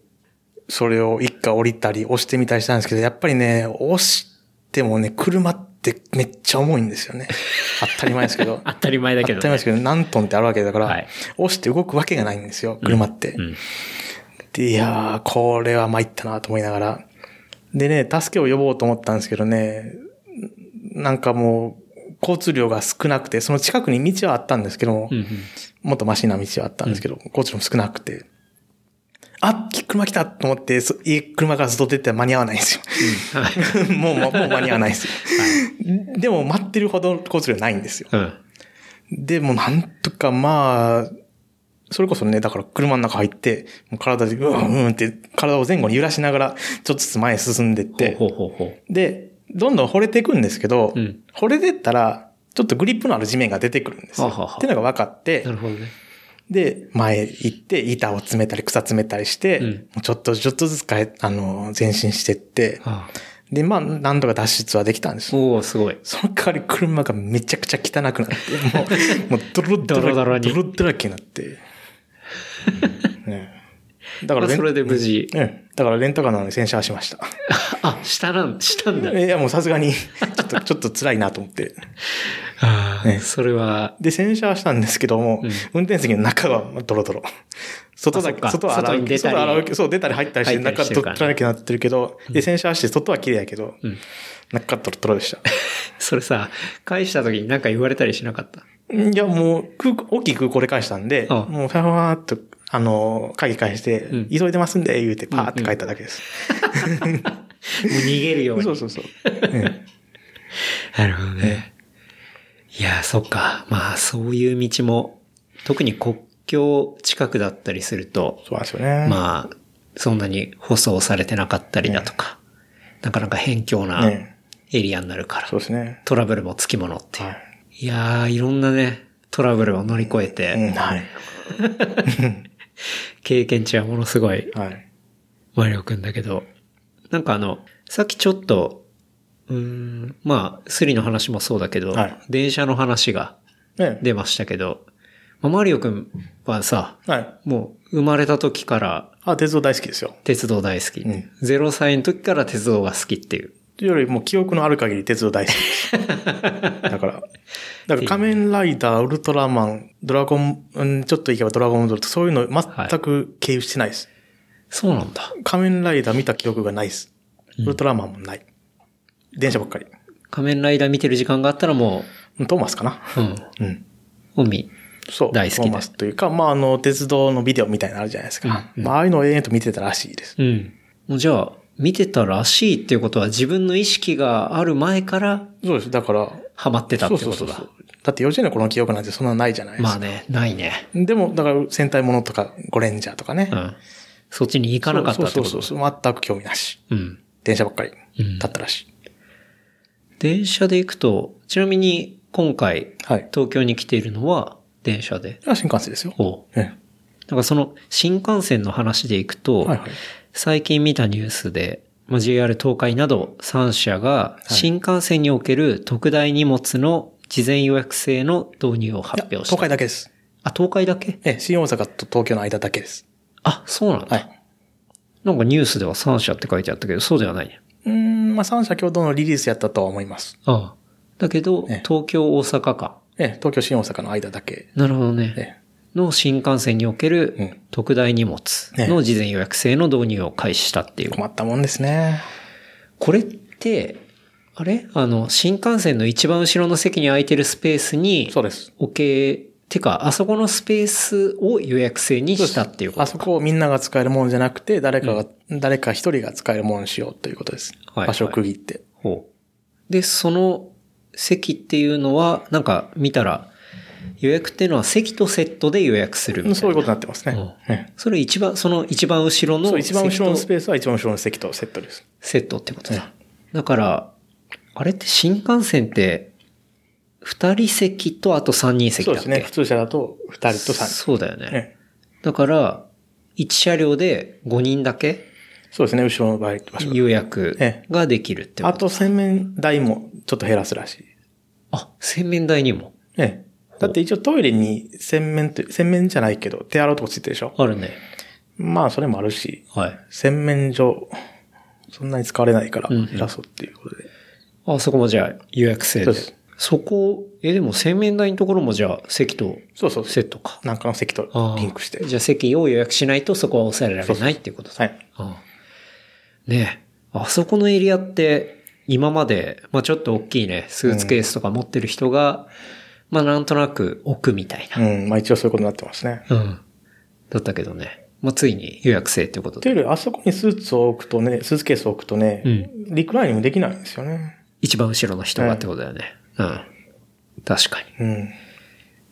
Speaker 3: それを一回降りたり、押してみたりしたんですけど、やっぱりね、押してもね、車ってめっちゃ重いんですよね。当たり前です けど。
Speaker 2: あ。当たり前だけど、
Speaker 3: 当たり前ですけど、何トンってあるわけだから、
Speaker 2: はい
Speaker 3: 押して動くわけがないんですよ、車って。
Speaker 2: うん。
Speaker 3: で、いやー、これは参ったなと思いながら。でね、助けを呼ぼうと思ったんですけどね、なんかもう、交通量が少なくて、その近くに道はあったんですけども、
Speaker 2: うん。うん。
Speaker 3: もっとマシな道はあったんですけど、交通量も少なくて。あ、車来たと思って、そ家車から外出て間に合わないんですよ。
Speaker 2: はい。
Speaker 3: もう、もうもう間に合わないんですよ。でも待ってるほど交通量ないんですよ。
Speaker 2: うん。
Speaker 3: で、もうなんとかまあ、それこそね、だから車の中入って、もう体で、うんうんって体を前後に揺らしながら、ちょっとずつ前へ進んでって、
Speaker 2: ほうほうほうほう。
Speaker 3: で、どんどん惚れていくんですけど、
Speaker 2: うん
Speaker 3: 惚れてったら、ちょっとグリップのある地面が出てくるんですよ。
Speaker 2: ははは
Speaker 3: っていうのが分かって
Speaker 2: な、るほどね。
Speaker 3: で、前へ行って、板を詰めたり草詰めたりして、
Speaker 2: うん
Speaker 3: もうちょっとちょっとずつ変え、あの、前進してって、
Speaker 2: はあ、
Speaker 3: で、まあ、何度か脱出はできたんです。
Speaker 2: おおすごい。
Speaker 3: その代わり車がめちゃくちゃ汚くなって、もう、もうドロッドロ、
Speaker 2: ドロドロに
Speaker 3: ドロッドロだらけにな って。ねえ
Speaker 2: だ
Speaker 3: だからレン、
Speaker 2: それで無事。
Speaker 3: うんだからレンタカーなのに洗車はしました。
Speaker 2: あ、したらん、したんだ。
Speaker 3: いや、もうさすがに、ちょっと、ちょっと辛いなと思って。
Speaker 2: ああ、
Speaker 3: ね
Speaker 2: それは、
Speaker 3: で、洗車はしたんですけども、
Speaker 2: うん
Speaker 3: 運転席の中はドロドロ。外だ
Speaker 2: あそっ
Speaker 3: け、
Speaker 2: か
Speaker 3: 外は洗
Speaker 2: 外
Speaker 3: う
Speaker 2: に
Speaker 3: け
Speaker 2: 出
Speaker 3: ど、
Speaker 2: たり
Speaker 3: 外は洗うけど、そう、出たり入ったりして、
Speaker 2: 入ったり
Speaker 3: 中
Speaker 2: してる
Speaker 3: ド
Speaker 2: から
Speaker 3: ロ
Speaker 2: ね
Speaker 3: ドロだけになってるけど、で、洗車はして、外は綺麗やけど、
Speaker 2: うん。
Speaker 3: 中ドロドロでした。
Speaker 2: それさ、返した時に何か言われたりしなかった。
Speaker 3: いや、もう、空港、大きい空港で返したんで、
Speaker 2: ああ
Speaker 3: もう、ふわふわーっと、あの、鍵返して、
Speaker 2: うん
Speaker 3: 急いでますんで、言うて、パーって書いただけです。
Speaker 2: もう逃げるように。
Speaker 3: そうそうそう。うん
Speaker 2: なるほどね。いや、そっか。まあ、そういう道も、特に国境近くだったりすると、
Speaker 3: そうなんですよ ね。
Speaker 2: まあ、そんなに舗装されてなかったりだとか、なかなか辺境な
Speaker 3: ね
Speaker 2: エリアになるから、
Speaker 3: そうですね。
Speaker 2: トラブルもつきものっていう。、
Speaker 3: はい
Speaker 2: やー、いろんなね、トラブルを乗り越えて、
Speaker 3: い。うん、はい。
Speaker 2: 経験値はものすごい
Speaker 3: はい。
Speaker 2: マリオくんだけど、なんかあの、さっきちょっと、うーん、まあ、スリの話もそうだけど、
Speaker 3: はい
Speaker 2: 電車の話が
Speaker 3: ね
Speaker 2: 出ましたけど、まあマリオくんはさ、
Speaker 3: はい。
Speaker 2: もう生まれた時から
Speaker 3: あ、鉄道大好きですよ。
Speaker 2: 鉄道大好き。
Speaker 3: うん
Speaker 2: 0歳の時から鉄道が好きっていう。
Speaker 3: というよりも記憶のある限り鉄道大好き です。だから、だから仮面ライダー、ウルトラマン、ドラゴン、うんちょっといけばドラゴンボールとそういうの全く経由してないです。
Speaker 2: そうなんだ。
Speaker 3: 仮面ライダー見た記憶がないで
Speaker 2: う
Speaker 3: す。
Speaker 2: ん
Speaker 3: ウルトラマンもない。電車ばっかり。
Speaker 2: 仮面ライダー見てる時間があったらも
Speaker 3: トーマスかな。
Speaker 2: う、うん、
Speaker 3: うん。
Speaker 2: 海。
Speaker 3: そう。
Speaker 2: 大好きで
Speaker 3: トーマスというか、まあ、あの、鉄道のビデオみたいなのあるじゃないですか。
Speaker 2: うんうん
Speaker 3: まあ、ああいうのを永遠と見てたらしいです。
Speaker 2: うん。もうじゃあ、見てたらしいっていうことは自分の意識がある前から
Speaker 3: そうです。だから、
Speaker 2: ハマってたって
Speaker 3: そう
Speaker 2: こと
Speaker 3: そ
Speaker 2: だ。
Speaker 3: うそうそう。だって幼稚園の頃の記憶なんてそんなないじゃないですか。
Speaker 2: まあね、ないね。
Speaker 3: でも、だから戦隊ものとか、ゴレンジャーとかね。
Speaker 2: う
Speaker 3: 行
Speaker 2: ん。そっちに行かなかったってことだ
Speaker 3: そうそうそう。全く興味なし。
Speaker 2: うん。
Speaker 3: 電車ばっかり
Speaker 2: うん
Speaker 3: だったらしい。
Speaker 2: 電車で行くと、ちなみに今回、
Speaker 3: はい。
Speaker 2: 東京に来ているのは電車で。
Speaker 3: あ新幹線ですよ。
Speaker 2: おう
Speaker 3: え
Speaker 2: なんかその新幹線の話で行く
Speaker 3: え
Speaker 2: と、
Speaker 3: はいはい。
Speaker 2: 最近見たニュースで、まあ JR 東海など3社が新幹線における特大荷物の事前予約制の導入を発
Speaker 3: いや
Speaker 2: 表した。
Speaker 3: 東海だけです。
Speaker 2: あ、東海だけ
Speaker 3: ええ、新大阪と東京の間だけです。
Speaker 2: あ、そうなんだ。
Speaker 3: はい。
Speaker 2: なんかニュースでは3社って書いてあったけど、そうではないね。
Speaker 3: うーん、まあ、三社共同のリリースやったとは思います。
Speaker 2: ああ。だけど、
Speaker 3: ええ
Speaker 2: 東京、大阪か。
Speaker 3: ええ、東京新大阪の間だけ。
Speaker 2: なるほどね。
Speaker 3: え
Speaker 2: の新幹線におけ
Speaker 3: う
Speaker 2: る
Speaker 3: ん
Speaker 2: 特大荷物の事前予約制の導入を開始したってい
Speaker 3: え、
Speaker 2: う。
Speaker 3: 困ったもんですね。
Speaker 2: これって、あれあの、新幹線の一番後ろの席に空いてるスペースに
Speaker 3: そうです。
Speaker 2: 置け、てか、あそこのスペースを予約制にしたっていうこ
Speaker 3: あ
Speaker 2: と
Speaker 3: そ。こをみんなが使えるものじゃなくて、誰かが、誰か一人が使えるものにしようということです。
Speaker 2: はい
Speaker 3: 場所を区切って。
Speaker 2: ほうで、その席っていうのは、なんか見たら、予約っていうのは席とセットで予約するみたいな。
Speaker 3: そういうことになってますね。
Speaker 2: うん
Speaker 3: ええ
Speaker 2: それ一番、その一番後ろの
Speaker 3: そう、一番後ろのス
Speaker 2: 席と
Speaker 3: ペースは一番後ろの席とセットです。
Speaker 2: セットってことだ。だから、あれって新幹線って、二人席とあと三人席
Speaker 3: そ
Speaker 2: だ
Speaker 3: う
Speaker 2: っ
Speaker 3: で
Speaker 2: け
Speaker 3: すね。普通車だと2人と3
Speaker 2: そうだよね。
Speaker 3: 人。ええ
Speaker 2: だから、一車両で五人だけ
Speaker 3: そうですね、後ろの場合場所が
Speaker 2: 予約
Speaker 3: え
Speaker 2: ができるってこ
Speaker 3: あ
Speaker 2: と。
Speaker 3: と洗面台もちょっと減らすらしい。
Speaker 2: あ、洗面台にも
Speaker 3: ええ。だって一応トイレに洗面と、洗面じゃないけど、手洗うとこついてるでしょ。
Speaker 2: あるね。
Speaker 3: まあ、それもあるし、
Speaker 2: はい。
Speaker 3: 洗面所、そんなに使われないから、
Speaker 2: うんうん
Speaker 3: 減らそうっていうことで。
Speaker 2: あそこもじゃあ予約制で。
Speaker 3: そうで
Speaker 2: そ
Speaker 3: す
Speaker 2: こ、え、でも洗面台のところもじゃあ席と
Speaker 3: そうそう。
Speaker 2: セットか。
Speaker 3: なんかの席と
Speaker 2: ああ
Speaker 3: リンクして。
Speaker 2: じゃあ席を予約しないとそこは抑えられないっていうことだ。
Speaker 3: はい。
Speaker 2: ああねえ、あそこのエリアって、今まで、まあちょっと大きいね、スーツケースとか持ってる人が、まあなんとなく置くみたいな。
Speaker 3: うん、まあ一応そういうことになってますね。
Speaker 2: うん。だったけどね。まあついに予約制ってこと
Speaker 3: とい
Speaker 2: で。
Speaker 3: うより、あそこにスーツを置くとね、スーツケースを置くとね、
Speaker 2: うん
Speaker 3: リクライニングできないんですよね。
Speaker 2: 一番後ろの人がってことだよね。うん。確かに。
Speaker 3: うん。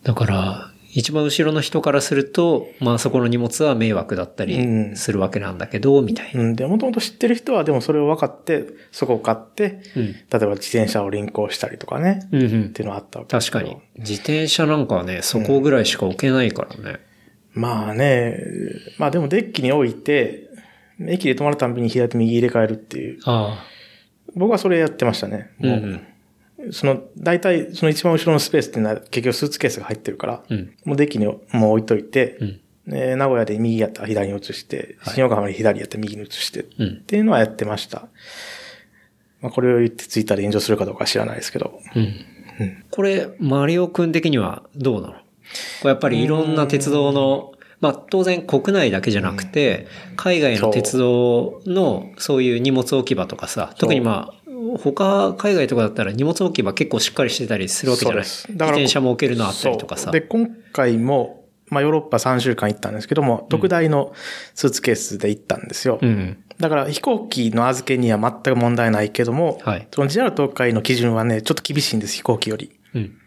Speaker 2: だから、一番後ろの人からすると、まあそこの荷物は迷惑だった
Speaker 3: う
Speaker 2: り
Speaker 3: ん
Speaker 2: するわけなんだけど、みたいな。
Speaker 3: うん、で、もともと知ってる人は、でもそれを分かって、そこを買って、
Speaker 2: うん。
Speaker 3: 例えば自転車を輪行したりとかね、
Speaker 2: うんう
Speaker 3: っ
Speaker 2: ん。
Speaker 3: ていうのはあったわけです
Speaker 2: 確
Speaker 3: けど
Speaker 2: かに。。自転車なんかはね、そこぐらいしか置けないからね。
Speaker 3: まあね、まあでもデッキに置いて、駅で止まるたんびに左と右入れ替えるっていう。
Speaker 2: あ
Speaker 3: 僕はそれやってましたね。
Speaker 2: あ。うんう
Speaker 3: もう、
Speaker 2: ん。
Speaker 3: その、大体、その一番後ろのスペースっていうのは結局スーツケースが入ってるから、
Speaker 2: うん。
Speaker 3: もうデッキにもう置いといて、
Speaker 2: うん。
Speaker 3: えー名古屋で右やったら左に移して、
Speaker 2: はい
Speaker 3: 新横浜で左やったら右に移して、っ
Speaker 2: うん。
Speaker 3: ていうのはやってました。まあ、これを言ってツイッターで炎上するかどうかは知らないですけど。
Speaker 2: うん。これ、マリオくん的にはどうなのこうやっぱりいろんな鉄道の、まあ当然国内だけじゃなくて、海外の鉄道のそういう荷物置き場とかさ、特にまあ、他海外とかだったら荷物置き場結構しっかりしてたりするわけじゃない
Speaker 3: そうです
Speaker 2: 自
Speaker 3: だから
Speaker 2: 転車も置けるのあったりとか
Speaker 3: そ
Speaker 2: さ
Speaker 3: う。で、今回も、まあ、ヨーロッパ3週間行ったんですけども、特大のスーツケースで行ったんですよ。
Speaker 2: うん。
Speaker 3: だから飛行機の預けには全く問題ないけども、
Speaker 2: はい
Speaker 3: その JR 東海の基準はね、ちょっと厳しいんです、飛行機より。
Speaker 2: うん。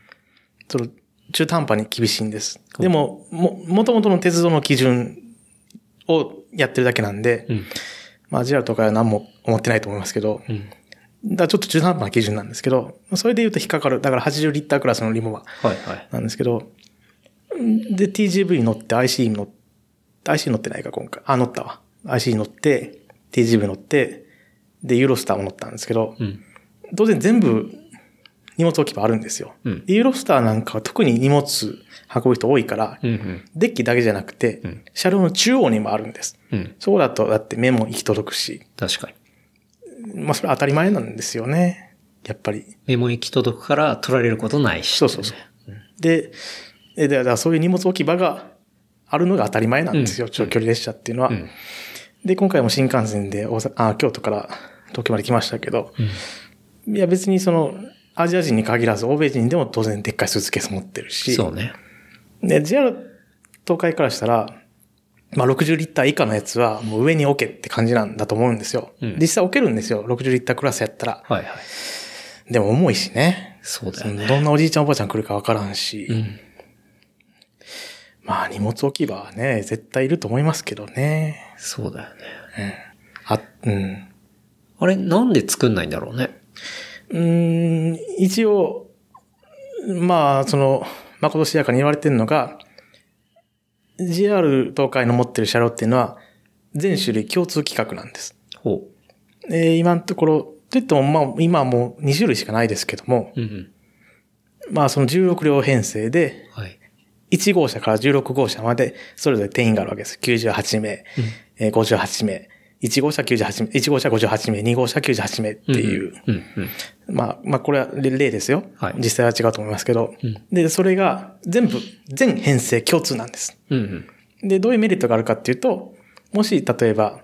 Speaker 3: その中途半端に厳しいんです。でも、も、もともとの鉄道の基準をやってるだけなんで、
Speaker 2: うん。
Speaker 3: まあ JR 東海は何も思ってないと思いますけど、
Speaker 2: うん。
Speaker 3: だからちょっと中途半端な基準なんですけど、それで言うと引っかかる。だから80リッタークラスのリモは
Speaker 2: はいはい。
Speaker 3: なんですけど、んで、TGV に乗って IC に乗って、IC 乗ってないか今回。あ、乗ったわ。IC に乗って、TGV 乗って、で、ユーロスターも乗ったんですけど、
Speaker 2: うん。
Speaker 3: 当然全部荷物置き場あるんですよ。
Speaker 2: うん
Speaker 3: でユーロスターなんかは特に荷物運ぶ人多いから、
Speaker 2: うんうん。
Speaker 3: デッキだけじゃなくて、
Speaker 2: うん
Speaker 3: 車両の中央にもあるんです。
Speaker 2: うん。
Speaker 3: そこだとだって目も行き届くし、
Speaker 2: 確かに。
Speaker 3: まあそれは当たり前なんですよね。やっぱり。
Speaker 2: メモ行き届くから取られることないし。
Speaker 3: そうそうそう。で、えだからそういう荷物置き場があるのが当たり前なんですよ。
Speaker 2: うん
Speaker 3: 長距離列車っていうのは。
Speaker 2: うん
Speaker 3: で、今回も新幹線で大阪、あ、京都から東京まで来ましたけど、いや別にその、アジア人に限らず、欧米人でも当然でっかいスーツケース持ってるし、
Speaker 2: そうね。
Speaker 3: で、JR 東海からしたら、まあ、60リッター以下のやつはもう上に置けって感じなんだと思うんですよ。
Speaker 2: うん
Speaker 3: 実際置けるんですよ。60リッタークラスやったら。
Speaker 2: はいはい。
Speaker 3: でも重いしね。
Speaker 2: そうだ
Speaker 3: そ
Speaker 2: よ
Speaker 3: の
Speaker 2: ね。
Speaker 3: どんなおじいちゃんおばあちゃん来るかわからんし、
Speaker 2: うん。
Speaker 3: まあ荷物置き場はね、絶対いると思いますけどね。
Speaker 2: そうだよね。
Speaker 3: あ、うん。
Speaker 2: あれ、なんで作んないんだろうね。
Speaker 3: うーん、一応、まあ、その、まことしやかに言われてるのが、JR 東海の持ってる車両っていうのは、全種類共通規格なんです。
Speaker 2: ほ
Speaker 3: えー今のところ、といっても、まあ、今はもう2種類しかないですけども、
Speaker 2: う。うん
Speaker 3: まあ、その16両編成で
Speaker 2: う、ん。はい。
Speaker 3: 1号車から16号車まで、それぞれ定員があるわけです。98名、えー58名、1号車98名、1号車58名、2号車98名っていう、
Speaker 2: うんうん。
Speaker 3: まあ、まあこれは例例ですよ。
Speaker 2: はい
Speaker 3: 実際は違うと思いますけど。
Speaker 2: うん
Speaker 3: で、それが全部、全編成共通なんです。
Speaker 2: うんうん。
Speaker 3: で、どういうメリットがあるかっていうと、もし例えば、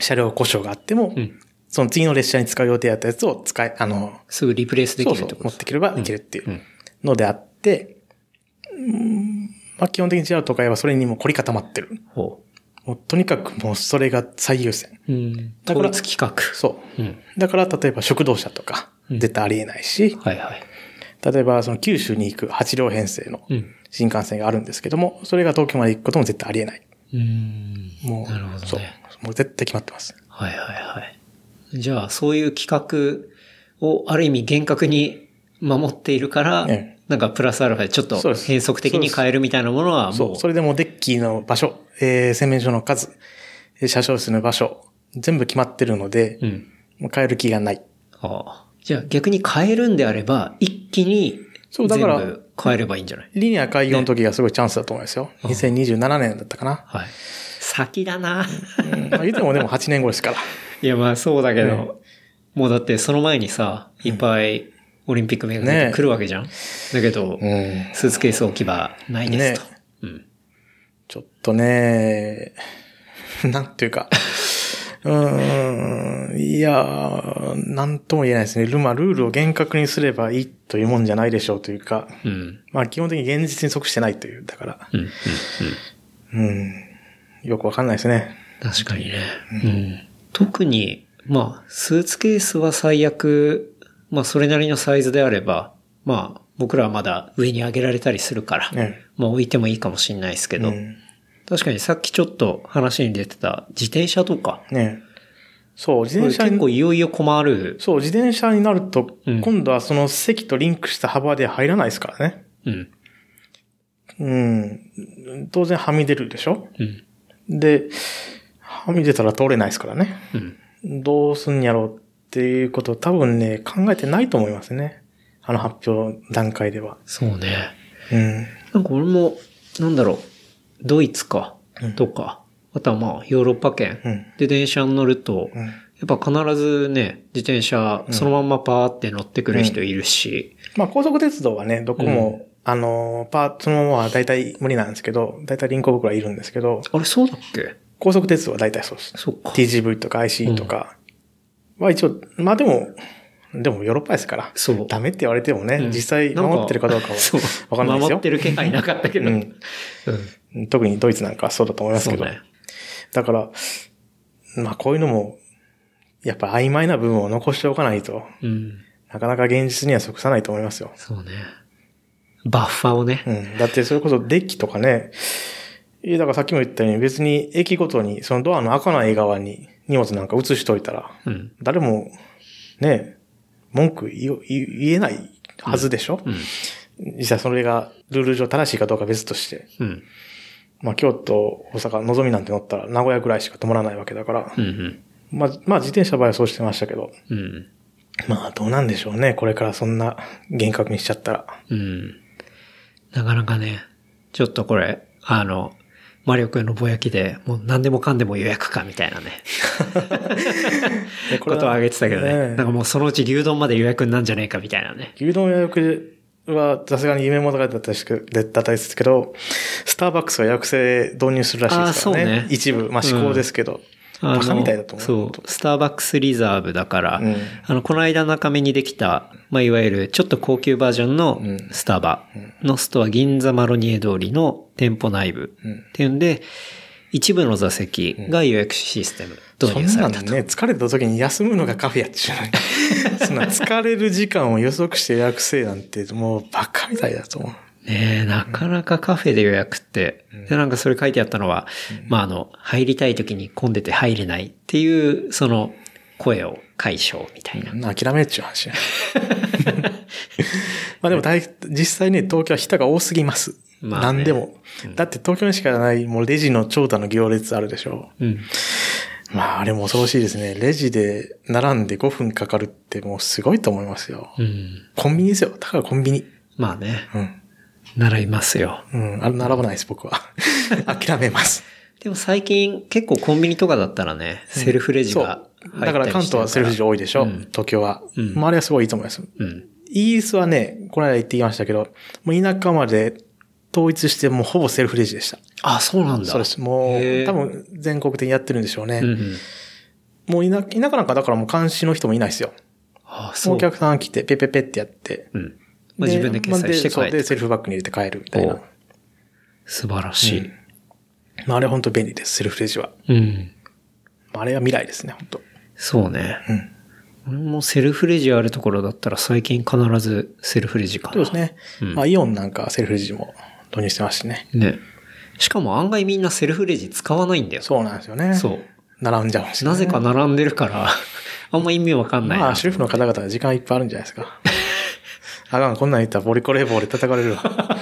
Speaker 3: 車両故障があっても、
Speaker 2: うん
Speaker 3: その次の列車に使う予定だったやつを使い、あの、
Speaker 2: すぐリプレイスで
Speaker 3: そ
Speaker 2: きる
Speaker 3: うそ
Speaker 2: って
Speaker 3: う、
Speaker 2: こと
Speaker 3: 持ってければいけるってい
Speaker 2: うん
Speaker 3: うのであって、うんまあ基本的に JR とかはそれにもう凝り固まってる。
Speaker 2: ほ
Speaker 3: もうとにかくもうそれが最優先。
Speaker 2: う。うん。
Speaker 3: だか
Speaker 2: 統
Speaker 3: ら
Speaker 2: 一企画。
Speaker 3: そうう。
Speaker 2: ん。
Speaker 3: だから例えば食堂車とか、
Speaker 2: うん
Speaker 3: 絶対ありえないし、
Speaker 2: はいはい。
Speaker 3: 例えばその九州に行く8両編成の
Speaker 2: うん。
Speaker 3: 新幹線があるんですけども、それが東京まで行くことも絶対ありえない。
Speaker 2: うん。
Speaker 3: もう、
Speaker 2: なるほど
Speaker 3: そう
Speaker 2: ね。。
Speaker 3: もう絶対決まってます。
Speaker 2: はいはいはい。じゃあ、そういう企画をある意味厳格に守っているから、
Speaker 3: え
Speaker 2: なんかプラスアルファでちょっと
Speaker 3: そうです
Speaker 2: 変則的に変えるみたいなものは
Speaker 3: そ
Speaker 2: も
Speaker 3: う。
Speaker 2: う、
Speaker 3: それでもうデッキの場所、えー、洗面所の数、えー車掌室の場所、全部決まってるので、
Speaker 2: うん。
Speaker 3: もう変える気がない。
Speaker 2: ああ。じゃあ逆に変えるんであれば、一気に
Speaker 3: そう
Speaker 2: 全
Speaker 3: だから
Speaker 2: 部変えればいいんじゃない
Speaker 3: リニア開業の時がすごいチャンスだと思いますよ。2027年だったかな。
Speaker 2: はい。先だな。
Speaker 3: うん、まあ言ってもでも8年後ですから。
Speaker 2: いやまあそうだけど、
Speaker 3: ね
Speaker 2: もうだってその前にさ、いっぱいオリンピックめがけて来るわけじゃん、だけど、
Speaker 3: うん。
Speaker 2: スーツケース置き場ないですと。
Speaker 3: ね
Speaker 2: うん。
Speaker 3: ちょっとね、なんていうか、うーん、いやー、なんとも言えないですね。ルまあ、ルールを厳格にすればいいというもんじゃないでしょうというか、
Speaker 2: うん。
Speaker 3: まあ、基本的に現実に即してないという、だから、
Speaker 2: うん。うん。うん。
Speaker 3: うん、よくわかんないですね。
Speaker 2: 確かにね。うん。特に、まあ、スーツケースは最悪、まあ、それなりのサイズであれば、まあ、僕らはまだ上に上げられたりするから、
Speaker 3: ね
Speaker 2: まあ、置いてもいいかもしれないですけど、
Speaker 3: うん
Speaker 2: 確かにさっきちょっと話に出てた自転車とか、
Speaker 3: ねそう、自
Speaker 2: これ
Speaker 3: 転車
Speaker 2: 結
Speaker 3: に
Speaker 2: 構、いよいよ困る。
Speaker 3: そう、自転車になると、
Speaker 2: うん
Speaker 3: 今度はその席とリンクした幅で入らないですからね。
Speaker 2: うん。
Speaker 3: うん、当然はみ出るでしょ
Speaker 2: うん。
Speaker 3: で、はみ出たら通れないですからね。
Speaker 2: うん。
Speaker 3: どうすんやろうっていうことを多分ね、考えてないと思いますね。あの発表段階では。
Speaker 2: そうね。
Speaker 3: うん。
Speaker 2: なんか俺も、なんだろう、ドイツか、とか、あとはまあ、ヨーロッパ圏
Speaker 3: うん。
Speaker 2: で電車に乗ると、
Speaker 3: うん。
Speaker 2: やっぱ必ずね、自転車、そのまんまパーって乗ってくる人いるし、
Speaker 3: まあ高速鉄道はね、どこも、あのー、パー、そのままは大体無理なんですけど、大体輪行僕らいるんですけど、
Speaker 2: あれそうだっけ
Speaker 3: 高速鉄道は大体そうです。
Speaker 2: そっか。
Speaker 3: TGV とか IC とかは一応、まあでも、でもヨーロッパですから。
Speaker 2: そう
Speaker 3: ダメって言われてもね、
Speaker 2: うん
Speaker 3: 実際守ってるかどうかは
Speaker 2: そう
Speaker 3: わかんないですよ。
Speaker 2: 守ってる気配なかったけど。うん。
Speaker 3: うん。特にドイツなんかはそうだと思います
Speaker 2: そう
Speaker 3: けど。
Speaker 2: ね。
Speaker 3: だから、まあこういうのも、やっぱ曖昧な部分を残しておかないと、
Speaker 2: うん。
Speaker 3: なかなか現実には即さないと思いますよ。
Speaker 2: そうね。バッファをね
Speaker 3: う。ん。だってそれこそデッキとかね、いやだからさっきも言ったように別に駅ごとに、そのドアの開かない側に荷物なんか移しといたら、
Speaker 2: うん。
Speaker 3: 誰も、ね、文句言お言言えないはずでしょ、
Speaker 2: うん。
Speaker 3: 実際それがルール上正しいかどうかは別として。
Speaker 2: うん。
Speaker 3: まあ京都、大阪、のぞみなんて乗ったら名古屋ぐらいしか止まらないわけだから。
Speaker 2: うん。うん。
Speaker 3: まあ、まあ自転車の場合はそうしてましたけど。
Speaker 2: うん。
Speaker 3: まあどうなんでしょうね。これからそんな厳格にしちゃったら。
Speaker 2: うん。なかなかね、ちょっとこれ、あの、マリオくんのぼやきで、もう何でもかんでも予約かみたいなね。
Speaker 3: でこ
Speaker 2: こ
Speaker 3: れ
Speaker 2: とを挙げてたけどね。
Speaker 3: ええ
Speaker 2: なんかもうそのうち牛丼まで予約になんじゃねえかみたいなね。
Speaker 3: 牛丼予約は、さすがに夢物語だったしく、だったですけど、スターバックスは予約制導入するらしいですからね。
Speaker 2: あーそうね
Speaker 3: 一部、まあ、
Speaker 2: うん
Speaker 3: 思考ですけど。
Speaker 2: あの
Speaker 3: バカみたいだと思う。
Speaker 2: そう。スターバックスリザーブだから、
Speaker 3: うん
Speaker 2: あの、この間中目にできた、まあ、いわゆるちょっと高級バージョンの
Speaker 3: うん
Speaker 2: スタバのストア、銀座マロニエ通りの店舗内部
Speaker 3: うん
Speaker 2: っていうんで、一部の座席が予約システム導入
Speaker 3: そん
Speaker 2: さ
Speaker 3: な
Speaker 2: れ
Speaker 3: ん
Speaker 2: たと。
Speaker 3: ね、疲れた時に休むのがカフェやっちゅうのに。 そんな疲れる時間を予測して予約制なんて、もうバカみたいだと思う。
Speaker 2: ねえ、なかなかカフェで予約って、で、なんかそれ書いてあったのは、まあ、あの、入りたい時に混んでて入れないっていう、その、声を解消みたいな。
Speaker 3: 諦めっちゅ う話や。まあでも大、実際ね、東京は人が多すぎます。
Speaker 2: まあね
Speaker 3: 何でも。だって東京にしかない、もうレジの長蛇の行列あるでしょ
Speaker 2: うん。
Speaker 3: まああれも恐ろしいですね。レジで並んで5分かかるってもうすごいと思いますよ。
Speaker 2: うん。
Speaker 3: コンビニですよ。だからコンビニ。
Speaker 2: まあね、
Speaker 3: うん。
Speaker 2: 習いますよ。
Speaker 3: うん。あれ並ばないです、僕 は。諦めます。
Speaker 2: でも最近結構コンビニとかだったらね、セルフレジ
Speaker 3: そう。
Speaker 2: が入ったりしてる
Speaker 3: だから関東はセルフレジ多いでしょ、
Speaker 2: うん
Speaker 3: 東京は。
Speaker 2: うん
Speaker 3: まああれはすごいいいと思います。
Speaker 2: うん。
Speaker 3: イギリスはね、この間行ってきましたけど、もう田舎まで統一してもうほぼセルフレジでした。
Speaker 2: あ、そうなんだ。
Speaker 3: そうです。も
Speaker 2: へ
Speaker 3: う
Speaker 2: ー
Speaker 3: 多分全国的にやってるんでしょうね。
Speaker 2: うんうん。
Speaker 3: もう田田舎なんかだからもう監視の人もいないですよ。
Speaker 2: あ、
Speaker 3: も
Speaker 2: そうう
Speaker 3: お。客さん来てペペペってやって。
Speaker 2: うん。まあ自分で決済して帰
Speaker 3: まあでそう
Speaker 2: っ
Speaker 3: で、
Speaker 2: て。
Speaker 3: セルフバッグに入れて帰るみたいな
Speaker 2: お。素晴らしい。
Speaker 3: まああれ本当便利です、セルフレジは。
Speaker 2: うん。
Speaker 3: まああれは未来ですね、本当
Speaker 2: そうね。
Speaker 3: う
Speaker 2: 俺
Speaker 3: ん。
Speaker 2: もセルフレジあるところだったら最近必ずセルフレジかな。
Speaker 3: そうですね。
Speaker 2: うん
Speaker 3: まあイオンなんかはセルフレジも導入してますしね。
Speaker 2: ね。しかも案外みんなセルフレジ使わないんだよ。
Speaker 3: そうなんですよね。
Speaker 2: そう。
Speaker 3: 並んじゃうんですよ
Speaker 2: な
Speaker 3: ね
Speaker 2: ぜか並んでるから、 あんま意味わかんないな。
Speaker 3: まあ、主婦の方々は時間いっぱいあるんじゃないです か。あかん、こんなん言ったらボリコレボリ叩かれる わ。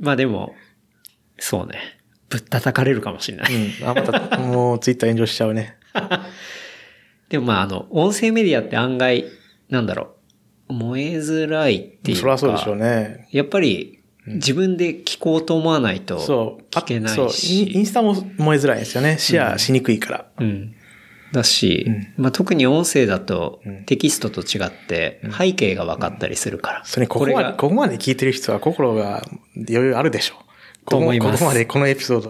Speaker 2: まあでも、そうね。ぶったたかれるかもしれない。
Speaker 3: うん。あ、また、もうツイッター炎上しちゃうね。
Speaker 2: でもまああの、音声メディアって案外、なんだろう、燃えづらいっていうか。
Speaker 3: そりゃそうでしょうね。
Speaker 2: やっぱり、自分で聞こうと思わないと、
Speaker 3: そう。あ
Speaker 2: 聞けな
Speaker 3: そ
Speaker 2: い
Speaker 3: うインイ
Speaker 2: し。
Speaker 3: ンスタも燃えづらいですよね。シェアしにくいから。
Speaker 2: うん。だし、
Speaker 3: うん
Speaker 2: まあ特に音声だと
Speaker 3: ん
Speaker 2: テキストと違って背景が分かったりするから。
Speaker 3: それにここま
Speaker 2: れ
Speaker 3: で、
Speaker 2: が
Speaker 3: ここまで聞いてる人は心が余裕あるでしょう。
Speaker 2: と思い
Speaker 3: こ
Speaker 2: ます
Speaker 3: こここまでこのエピ ソー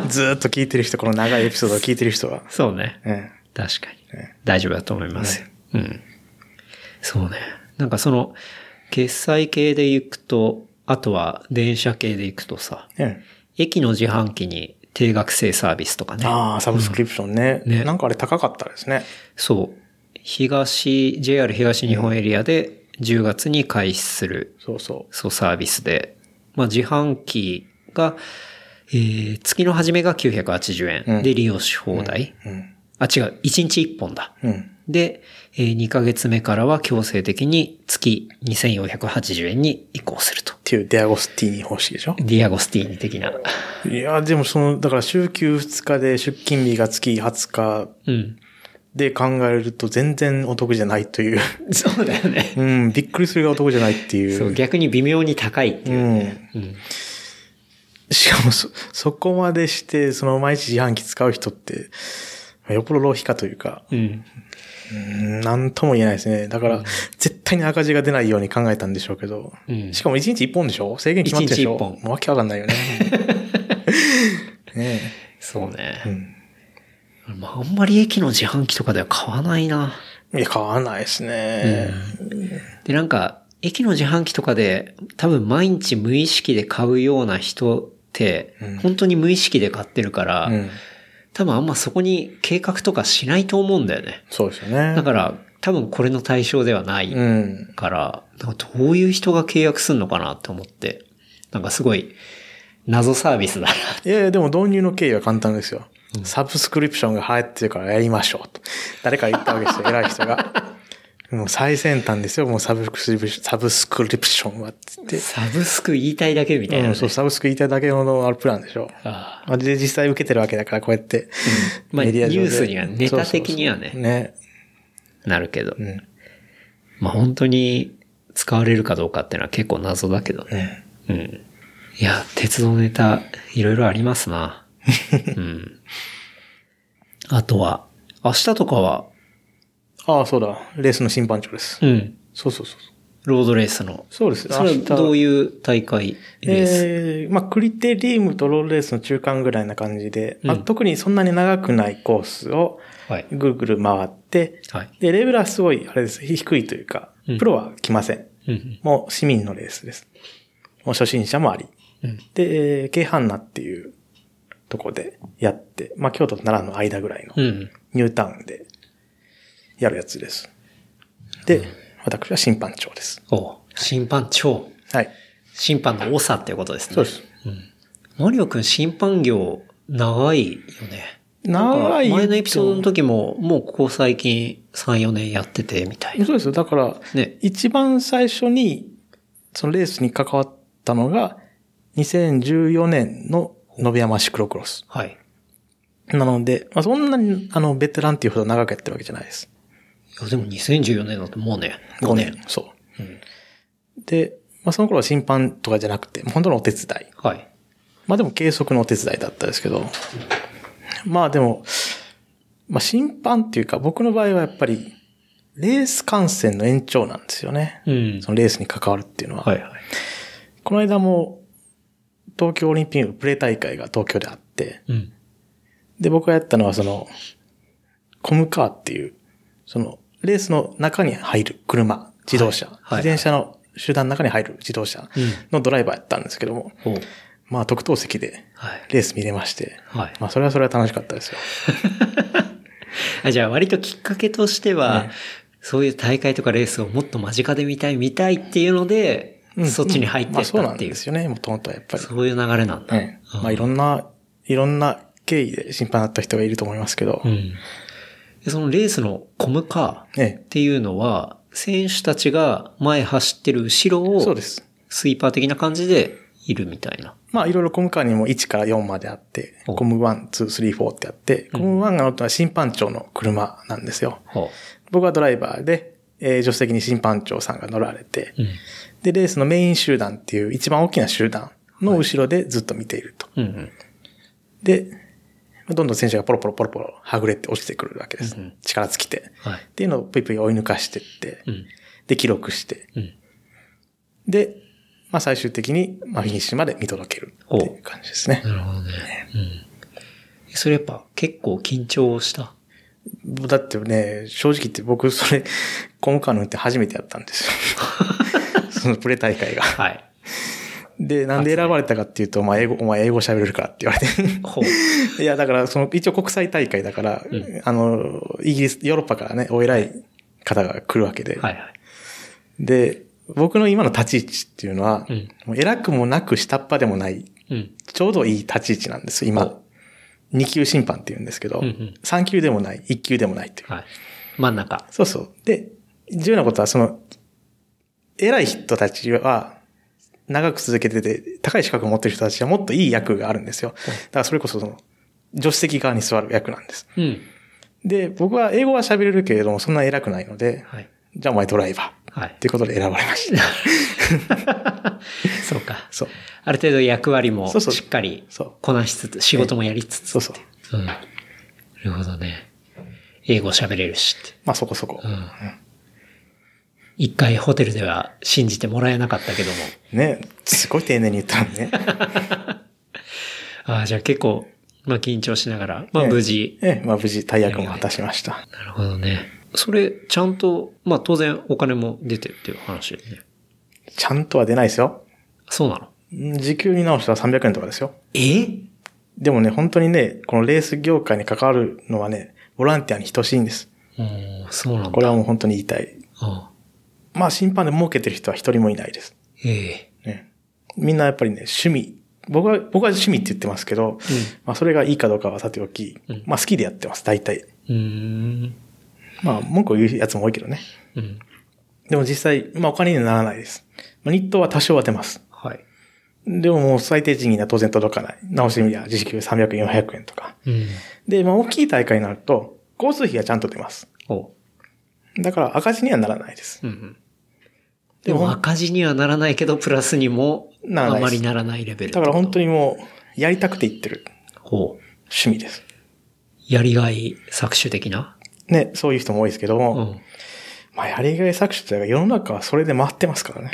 Speaker 3: ド。ずーっと聞いてる人、この長いエピソードを聞いてる人は。
Speaker 2: そうね。
Speaker 3: うん。
Speaker 2: 確かに
Speaker 3: ね。
Speaker 2: 大丈夫だと思いますよ。うん。そうね。なんかその、決済系で行くと、あとは電車系で行くとさ、
Speaker 3: うん。
Speaker 2: 駅の自販機に定額制サービスとかね。
Speaker 3: ああ、サブスクリプションね。
Speaker 2: ね
Speaker 3: なんかあれ高かったですね。
Speaker 2: そう。東、JR 東日本エリアで10月に開始する、
Speaker 3: そうそう。
Speaker 2: そうサービスで、まあ自販機が、えー月の初めが980
Speaker 3: う
Speaker 2: 円
Speaker 3: ん
Speaker 2: で利用し放題。
Speaker 3: うん。
Speaker 2: あ、違う。1日1本だ。
Speaker 3: うん。
Speaker 2: で、え2ヶ月目からは強制的に月2480円に移行すると
Speaker 3: っ。ていうデアゴスティーニ方式でしょ
Speaker 2: ディアゴスティーニ的な。
Speaker 3: いや、でもその、だから週休2日で出勤日が月20日
Speaker 2: うん。
Speaker 3: で考えると全然お得じゃない という。
Speaker 2: そうだよね。
Speaker 3: うん、びっくりするがお得じゃないっていう。
Speaker 2: そう、逆に微妙に高いっていう。
Speaker 3: うん。しかもそ、そこまでして、その毎日自販機使う人って、よっぽど浪費かというか、
Speaker 2: うん。
Speaker 3: うんなんとも言えないですね。だから、絶対に赤字が出ないように考えたんでしょうけど。
Speaker 2: うん
Speaker 3: しかも1日1本でしょ制限決まってるでしょ
Speaker 2: 一日一本
Speaker 3: もうわけわかんないよね。ねえ。
Speaker 2: そうね。
Speaker 3: ん
Speaker 2: まあ、あんまり駅の自販機とかでは買わないな。
Speaker 3: いや、買わないですね。
Speaker 2: で、なんか、駅の自販機とかで、多分毎日無意識で買うような人って、
Speaker 3: うん
Speaker 2: 本当に無意識で買ってるから、
Speaker 3: うん。
Speaker 2: 多分あんまそこに計画とかしないと思うんだよね。
Speaker 3: そうですよね。
Speaker 2: だから、多分これの対象ではない
Speaker 3: うん。
Speaker 2: から、なんかどういう人が契約すんのかなって思って、なんかすごい、謎サービスだな。
Speaker 3: いやいや、でも導入の経緯は簡単ですよ。サブスクリプションが入ってるからやりましょうと。誰か言ったわけですよ、偉い人が。 もう最先端ですよ、もうサブスクリプション、サブスクリプションはって言っ
Speaker 2: サブスク言いたいだけみたい
Speaker 3: て。
Speaker 2: な、
Speaker 3: う
Speaker 2: ね
Speaker 3: ん、そう、サブスク言いたいだけのあるプランでしょ。
Speaker 2: あ
Speaker 3: まあで、実際受けてるわけだから、こうやって。
Speaker 2: まあ
Speaker 3: メディア上で
Speaker 2: ニュースにはネタ的にはね
Speaker 3: そうそうそうね。
Speaker 2: あなるけど。
Speaker 3: うん。
Speaker 2: まあ本当に使われるかどうかっていうのは結構謎だけどね。うん。いや、鉄道ネタ、いろいろあります な。うん。あとは、明日とかは、
Speaker 3: ああ、そうだ。レースの審判長です。
Speaker 2: うん、
Speaker 3: そうそうそうそう。
Speaker 2: ロードレースの。
Speaker 3: そうです。
Speaker 2: それはどういう大会です、
Speaker 3: えーまあ、クリテリウムとロールレースの中間ぐらいな感じで、まあ
Speaker 2: うん
Speaker 3: 特にそんなに長くないコースを
Speaker 2: はい。
Speaker 3: ぐるぐる回って、
Speaker 2: はい。
Speaker 3: で、レベルはすごい、あれです、低いというか
Speaker 2: うん、
Speaker 3: プロは来ません。
Speaker 2: うん
Speaker 3: もう市民のレースです。もう初心者もあり。
Speaker 2: うん。うん。
Speaker 3: で、えー京阪那っていうとこでやって、まあ、京都と奈良の間ぐらいの
Speaker 2: うん。
Speaker 3: ニュータウンでやるやつです。で、私は審判長です。
Speaker 2: お審判長。
Speaker 3: はい。
Speaker 2: 審判の多さっていうことですね。
Speaker 3: そうです。。
Speaker 2: うん。マリオくん審判業、長いよね。
Speaker 3: 長い。
Speaker 2: 前のエピソードの時も、もうここ最近3、4年やってて、みたいな。
Speaker 3: そうですよ。だから、
Speaker 2: ね。
Speaker 3: 一番最初に、そのレースに関わったのが、2014年の延山シクロクロス。
Speaker 2: はい。
Speaker 3: なので、まあ、そんなに、あの、ベテランっていうほど長くやってるわけじゃないです。
Speaker 2: いや、でも2014年だともうね、5
Speaker 3: 5
Speaker 2: 年
Speaker 3: 年。。そうう。で、まあ、その頃は審判とかじゃなくて、もう本当のお手伝い。
Speaker 2: はい。
Speaker 3: まあでも計測のお手伝いだったですけど、まあでも、まあ審判っていうか僕の場合はやっぱり、レース観戦の延長なんですよね。
Speaker 2: うん
Speaker 3: そのレースに関わるっていうのは。
Speaker 2: はいはい。
Speaker 3: この間も、東京オリンピックプレー大会が東京であって、
Speaker 2: うん。
Speaker 3: で、僕がやったのはその、コムカーっていう、その、レースの中に入る車、自動車、
Speaker 2: はいはい
Speaker 3: 自転車の集団の中に入る自動車のドライバーやったんですけども、
Speaker 2: お
Speaker 3: まあ特等席で
Speaker 2: はい。
Speaker 3: レース見れまして、
Speaker 2: はい。
Speaker 3: まあそれはそれは楽しかったですよ。
Speaker 2: あじゃあ割ときっかけとしては、
Speaker 3: ね
Speaker 2: そういう大会とかレースをもっと間近で見たい、見たいっていうので、
Speaker 3: うん
Speaker 2: そっちに入って
Speaker 3: ま
Speaker 2: っ
Speaker 3: あそう
Speaker 2: た
Speaker 3: な
Speaker 2: っ
Speaker 3: ん
Speaker 2: ていう。
Speaker 3: ですよね、もともとはやっぱり。
Speaker 2: そういう流れなんだ。
Speaker 3: ねまあいろんな、いろんな経緯で審判になった人がいると思いますけど、
Speaker 2: うん。でそのレースのコムカーっ
Speaker 3: ね
Speaker 2: ていうのは、選手たちが前走ってる後ろ
Speaker 3: そう
Speaker 2: を
Speaker 3: で、す。
Speaker 2: スイーパー的な感じでいるみたいな。
Speaker 3: まあいろいろコムカーにも1から4まであって、
Speaker 2: お
Speaker 3: コム1、2、3、4ってあって、コム1が乗ったのは審判長の車なんですよ。
Speaker 2: は
Speaker 3: 僕はドライバーで、えー助手席に審判長さんが乗られて、
Speaker 2: うん。
Speaker 3: で、レースのメイン集団っていう一番大きな集団の後ろでずっと見ていると。
Speaker 2: うんうん。
Speaker 3: で、どんどん選手がポロポロポロポロはぐれて落ちてくるわけです。
Speaker 2: うんうん
Speaker 3: 力尽きて。
Speaker 2: はい
Speaker 3: っ。ていうのをぷいぷい追い抜かしてって、
Speaker 2: うん。
Speaker 3: で、記録して、
Speaker 2: うん。
Speaker 3: で、まあ最終的に、まあフィニッシュまで見届けるっていう感じですね。
Speaker 2: なるほどね。うん。それやっぱ結構緊張した。
Speaker 3: だってね、正直言って僕それ、コムカーの運転初めてやったん ですよ。そのプレ大会が。
Speaker 2: はい。
Speaker 3: で、なんで選ばれたかっていうと、まあ英語、お前英語喋れるからって言われ
Speaker 2: ほう。
Speaker 3: て。いや、だからその一応国際大会だから、
Speaker 2: うん
Speaker 3: あの、イギリス、ヨーロッパからね、お偉い方が来るわけで。
Speaker 2: はいはい。
Speaker 3: で、僕の今の立ち位置っていうのは、
Speaker 2: うん
Speaker 3: もう偉くもなく下っ端でもない
Speaker 2: うん。
Speaker 3: ちょうどいい立ち位置なんです、今
Speaker 2: お。
Speaker 3: 2級審判って言うんですけど、
Speaker 2: うんうん
Speaker 3: 3級でもない、1級でもないっていう。
Speaker 2: はい。真ん中。
Speaker 3: そうそう。で、重要なことは、その、偉い人たちは、長く続けてて、高い資格を持ってる人たちはもっといい役があるんですよ。だからそれこそ、その、助手席側に座る役なんです。
Speaker 2: うん。
Speaker 3: で、僕は英語は喋れるけれども、そんな偉くないので、
Speaker 2: はい。
Speaker 3: じゃあお前ドライバー。
Speaker 2: は
Speaker 3: っ
Speaker 2: い。
Speaker 3: ていうことで選ばれました。
Speaker 2: そうか。
Speaker 3: そう。
Speaker 2: ある程度役割も
Speaker 3: そうそう
Speaker 2: しっかり
Speaker 3: そう
Speaker 2: こなしつつ、仕事もやりつつ。
Speaker 3: そうそう。
Speaker 2: うん。なるほどね。英語喋れるしって。
Speaker 3: まあそこそこ。
Speaker 2: うん。一回ホテルでは信じてもらえなかったけども。
Speaker 3: ね、すごい丁寧に言ったの にね。
Speaker 2: ああ、じゃあ結構、まあ緊張しながら、まあ
Speaker 3: ええ
Speaker 2: 無事。
Speaker 3: ええ、まあ無事大役も果たしました。
Speaker 2: なるほどね。それ、ちゃんと、まあ当然お金も出てっていう話ですね。
Speaker 3: ちゃんとは出ないですよ。
Speaker 2: そうなの
Speaker 3: ん時給に直したら300円とかですよ。
Speaker 2: え
Speaker 3: でもね、本当にね、このレース業界に関わるのはね、ボランティアに等しいんです。
Speaker 2: うん、そうなんだ。
Speaker 3: これはもう本当に言いたい。
Speaker 2: ああ
Speaker 3: まあ審判で儲けてる人は一人もいないです。
Speaker 2: ええ
Speaker 3: ね。みんなやっぱりね、趣味。僕は、僕は趣味って言ってますけど、まあそれがいいかどうかはさておき、
Speaker 2: うん
Speaker 3: まあ好きでやってます、大体。
Speaker 2: うーん。
Speaker 3: まあ文句を言うやつも多いけどね。
Speaker 2: うん。
Speaker 3: でも実際、まあお金にはならないです。まあ日当は多少は出ます。
Speaker 2: はい。
Speaker 3: でももう最低賃金は当然届かない。直してみりゃ時給300円、400円とか。
Speaker 2: うん。
Speaker 3: で、まあ大きい大会になると、交通費がちゃんと出ます。
Speaker 2: おう。
Speaker 3: だから赤字にはならないです。
Speaker 2: うんうん。でも赤字にはならないけど、プラスにも
Speaker 3: なら
Speaker 2: あ
Speaker 3: ないで
Speaker 2: ますりならないレベル。
Speaker 3: だから本当
Speaker 2: に。
Speaker 3: にもう、やりたくて言ってる
Speaker 2: こう。
Speaker 3: 趣味です。
Speaker 2: やりがい搾取的な。
Speaker 3: ね、そういう人も多いですけども、
Speaker 2: うん。
Speaker 3: まあ、やりがい搾取というか、世の中はそれで回ってますか らね。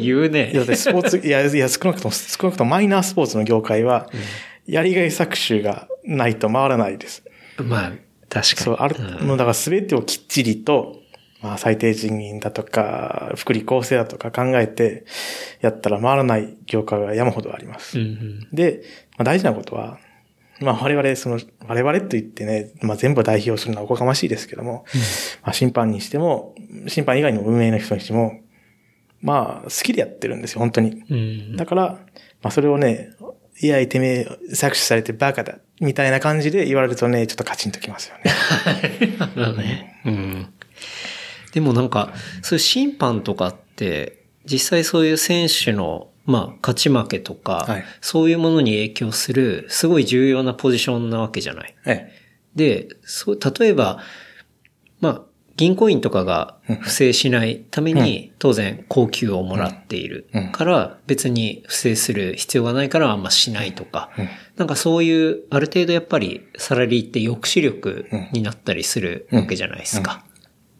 Speaker 2: 言う
Speaker 3: いや、だ
Speaker 2: ね
Speaker 3: っ。てスポーツ、いや、いや、少なくとも、少なくともマイナースポーツの業界は、やりがい搾取がないと回らないです。
Speaker 2: まあ、確かに。
Speaker 3: そう、ある、
Speaker 2: うん
Speaker 3: もうだから全てをきっちりと、まあ、最低賃金だとか、福利厚生だとか考えて、やったら回らない業界は山ほどあります。
Speaker 2: うんうん。
Speaker 3: で、まあ、大事なことは、まあ我々、その、我々と言ってね、まあ全部を代表するのはおこがましいですけども、まあ審判にしても、審判以外の運営の人にしても、まあ好きでやってるんですよ、本当に。
Speaker 2: うん。
Speaker 3: だから、まあそれをね、いや、てめえ、搾取されてバカだ、みたいな感じで言われるとね、ちょっとカチンときますよね。
Speaker 2: だね。うん。でもなんか、そういう審判とかって、実際そういう選手の、まあ、勝ち負けとか、
Speaker 3: はい
Speaker 2: そういうものに影響する、すごい重要なポジションなわけじゃない。
Speaker 3: ええ。
Speaker 2: で、そう、例えば、まあ、銀行員とかが不正しないために、当然、高給をもらっている
Speaker 3: うん
Speaker 2: から、別に不正する必要がないから、あんましないとか
Speaker 3: うん、
Speaker 2: なんかそういう、ある程度やっぱり、サラリーって抑止力になったりするわけじゃないですか。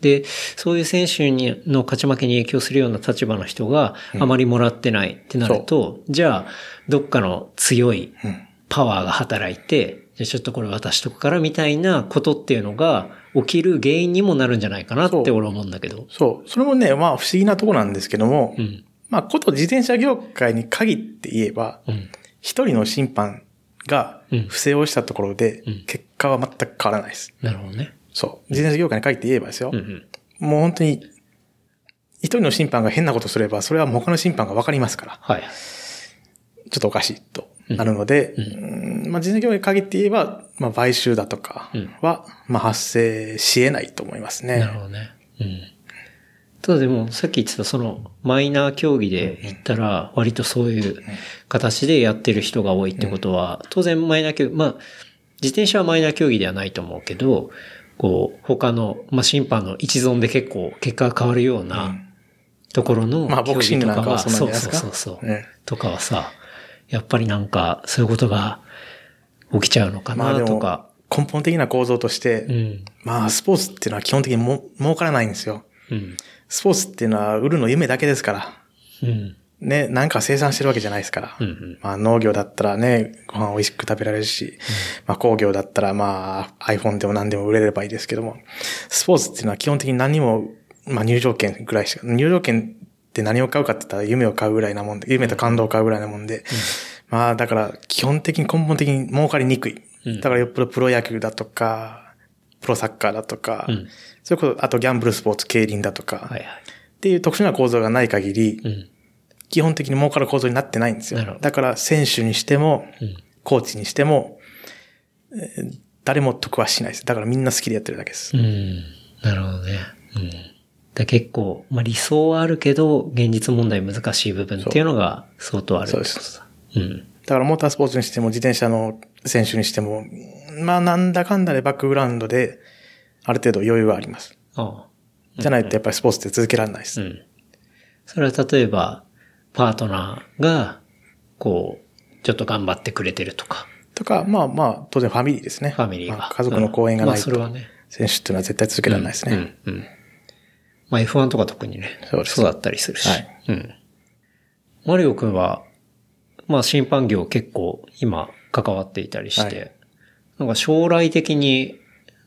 Speaker 2: で、そういう選手にの勝ち負けに影響するような立場の人があまりもらってないってなると、じゃあ、どっかの強い
Speaker 3: うん。
Speaker 2: パワーが働いて、じゃあちょっとこれ渡しとくからみたいなことっていうのが起きる原因にもなるんじゃないかなって俺は思うんだけど。
Speaker 3: そう。それもね、まあ不思議なとこなんですけども、
Speaker 2: うん。
Speaker 3: まあこと自転車業界に限って言えば、
Speaker 2: うん。
Speaker 3: 一人の審判が不正をしたところで
Speaker 2: うん、
Speaker 3: 結果は全く変わらないです。
Speaker 2: なるほどね。
Speaker 3: そう。自転車業界に限って言えばですよ。
Speaker 2: うんうん。
Speaker 3: もう本当に、一人の審判が変なことすれば、それは他の審判がわかりますから、
Speaker 2: はい。
Speaker 3: ちょっとおかしいとなるので、うんまあ自転車業界に限って言えば、まあ買収だとかは、まあ発生し得ないと思います
Speaker 2: なる
Speaker 3: ね。
Speaker 2: ほどね。うん。ただでも、さっき言ってたそのマイナー競技で言ったら、割とそういう形でやってる人が多いってことは、当然マイナー競技、まあ、自転車はマイナー競技ではないと思うけど、こう、他の、まあ、審判の一存で結構結果が変わるようなところの競技とかは、
Speaker 3: まあボクシングなんかはそんなんじゃないですか。
Speaker 2: そうそうそうそう。
Speaker 3: ね
Speaker 2: とかはさ、やっぱりなんか、そういうことが起きちゃうのか
Speaker 3: まあで
Speaker 2: なと
Speaker 3: も
Speaker 2: か。、
Speaker 3: 根本的な構造として、
Speaker 2: うん。
Speaker 3: まあスポーツっていうのは基本的にも儲からないんですよ。
Speaker 2: うん。
Speaker 3: スポーツっていうのは売るの夢だけですから。
Speaker 2: うん。
Speaker 3: ね、なんか生産してるわけじゃないですから。
Speaker 2: うんうん
Speaker 3: まあ農業だったらね、ご飯美味しく食べられるし、まあ工業だったらまあ iPhone でも何でも売れればいいですけども、スポーツっていうのは基本的に何も、まあ入場券ぐらいしか、入場券って何を買うかって言ったら夢を買うぐらいなもんで、夢と感動を買うぐらいなもんで、まあだから基本的に根本的に儲かりにくい。
Speaker 2: うん
Speaker 3: だからよっぽどプロ野球だとか、プロサッカーだとか、
Speaker 2: うん
Speaker 3: それこそあとギャンブルスポーツ、競輪だとか、
Speaker 2: はいはい。
Speaker 3: っていう特殊な構造がない限り、
Speaker 2: うん。
Speaker 3: 基本的に儲かる構造になってないんですよ
Speaker 2: なるほ。ど
Speaker 3: だから選手にしても、
Speaker 2: うん。
Speaker 3: コーチにしても、えー誰も得はしないです。だからみんな好きでやってるだけです
Speaker 2: う。ん。なるほどね。うん。だ結構、まあ、理想はあるけど、現実問題難しい部分っていうのが相当あるってことだ。
Speaker 3: そう
Speaker 2: うん。
Speaker 3: だからモータースポーツにしても自転車の選手にしても、まあなんだかんだでバックグラウンドである程度余裕はあります。
Speaker 2: ああ。
Speaker 3: じゃないとやっぱりスポーツって続けられない
Speaker 2: う
Speaker 3: です。
Speaker 2: ん。それは例えば、パートナーが、こう、ちょっと頑張ってくれてるとか、
Speaker 3: とか、まあまあ当然ファミリーですね。
Speaker 2: ファミリーが。
Speaker 3: まあ家族の講演が
Speaker 2: うんま
Speaker 3: な
Speaker 2: あ
Speaker 3: い
Speaker 2: そ
Speaker 3: と
Speaker 2: れはね。
Speaker 3: 選手っていうのは絶対続けられないですね。
Speaker 2: うん。うん。まあ F1 とか特にね、
Speaker 3: そうです
Speaker 2: だったりするし。
Speaker 3: はい
Speaker 2: うん。マリオくんは、まあ審判業結構今関わっていたりして、
Speaker 3: はい
Speaker 2: なんか将来的に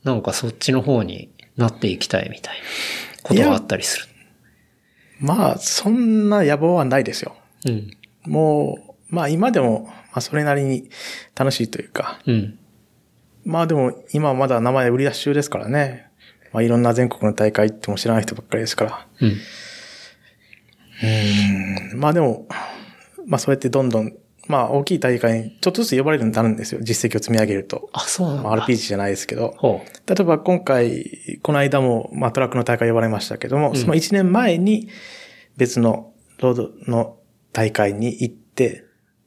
Speaker 2: なんかそっちの方になっていきたいみたいなことはあったりす
Speaker 3: まあそんな野望はないですよ。
Speaker 2: る。うん。
Speaker 3: もう、まあ今でも、まあそれなりに楽しいというか、
Speaker 2: うん。
Speaker 3: まあでも今はまだ名前売り出し中ですからね。まあいろんな全国の大会行っても知らない人ばっかりですから。
Speaker 2: うん。
Speaker 3: うんまあでも、まあそうやってどんどん、まあ大きい大会にちょっとずつ呼ばれるようになるんですよ。実績を積み上げると。
Speaker 2: あ、そうなんだ。
Speaker 3: まあ、RPG じゃないですけど。
Speaker 2: ほ
Speaker 3: 例えば今回、この間も、まあトラックの大会呼ばれましたけども、その1年前に別のロードの大会に行って、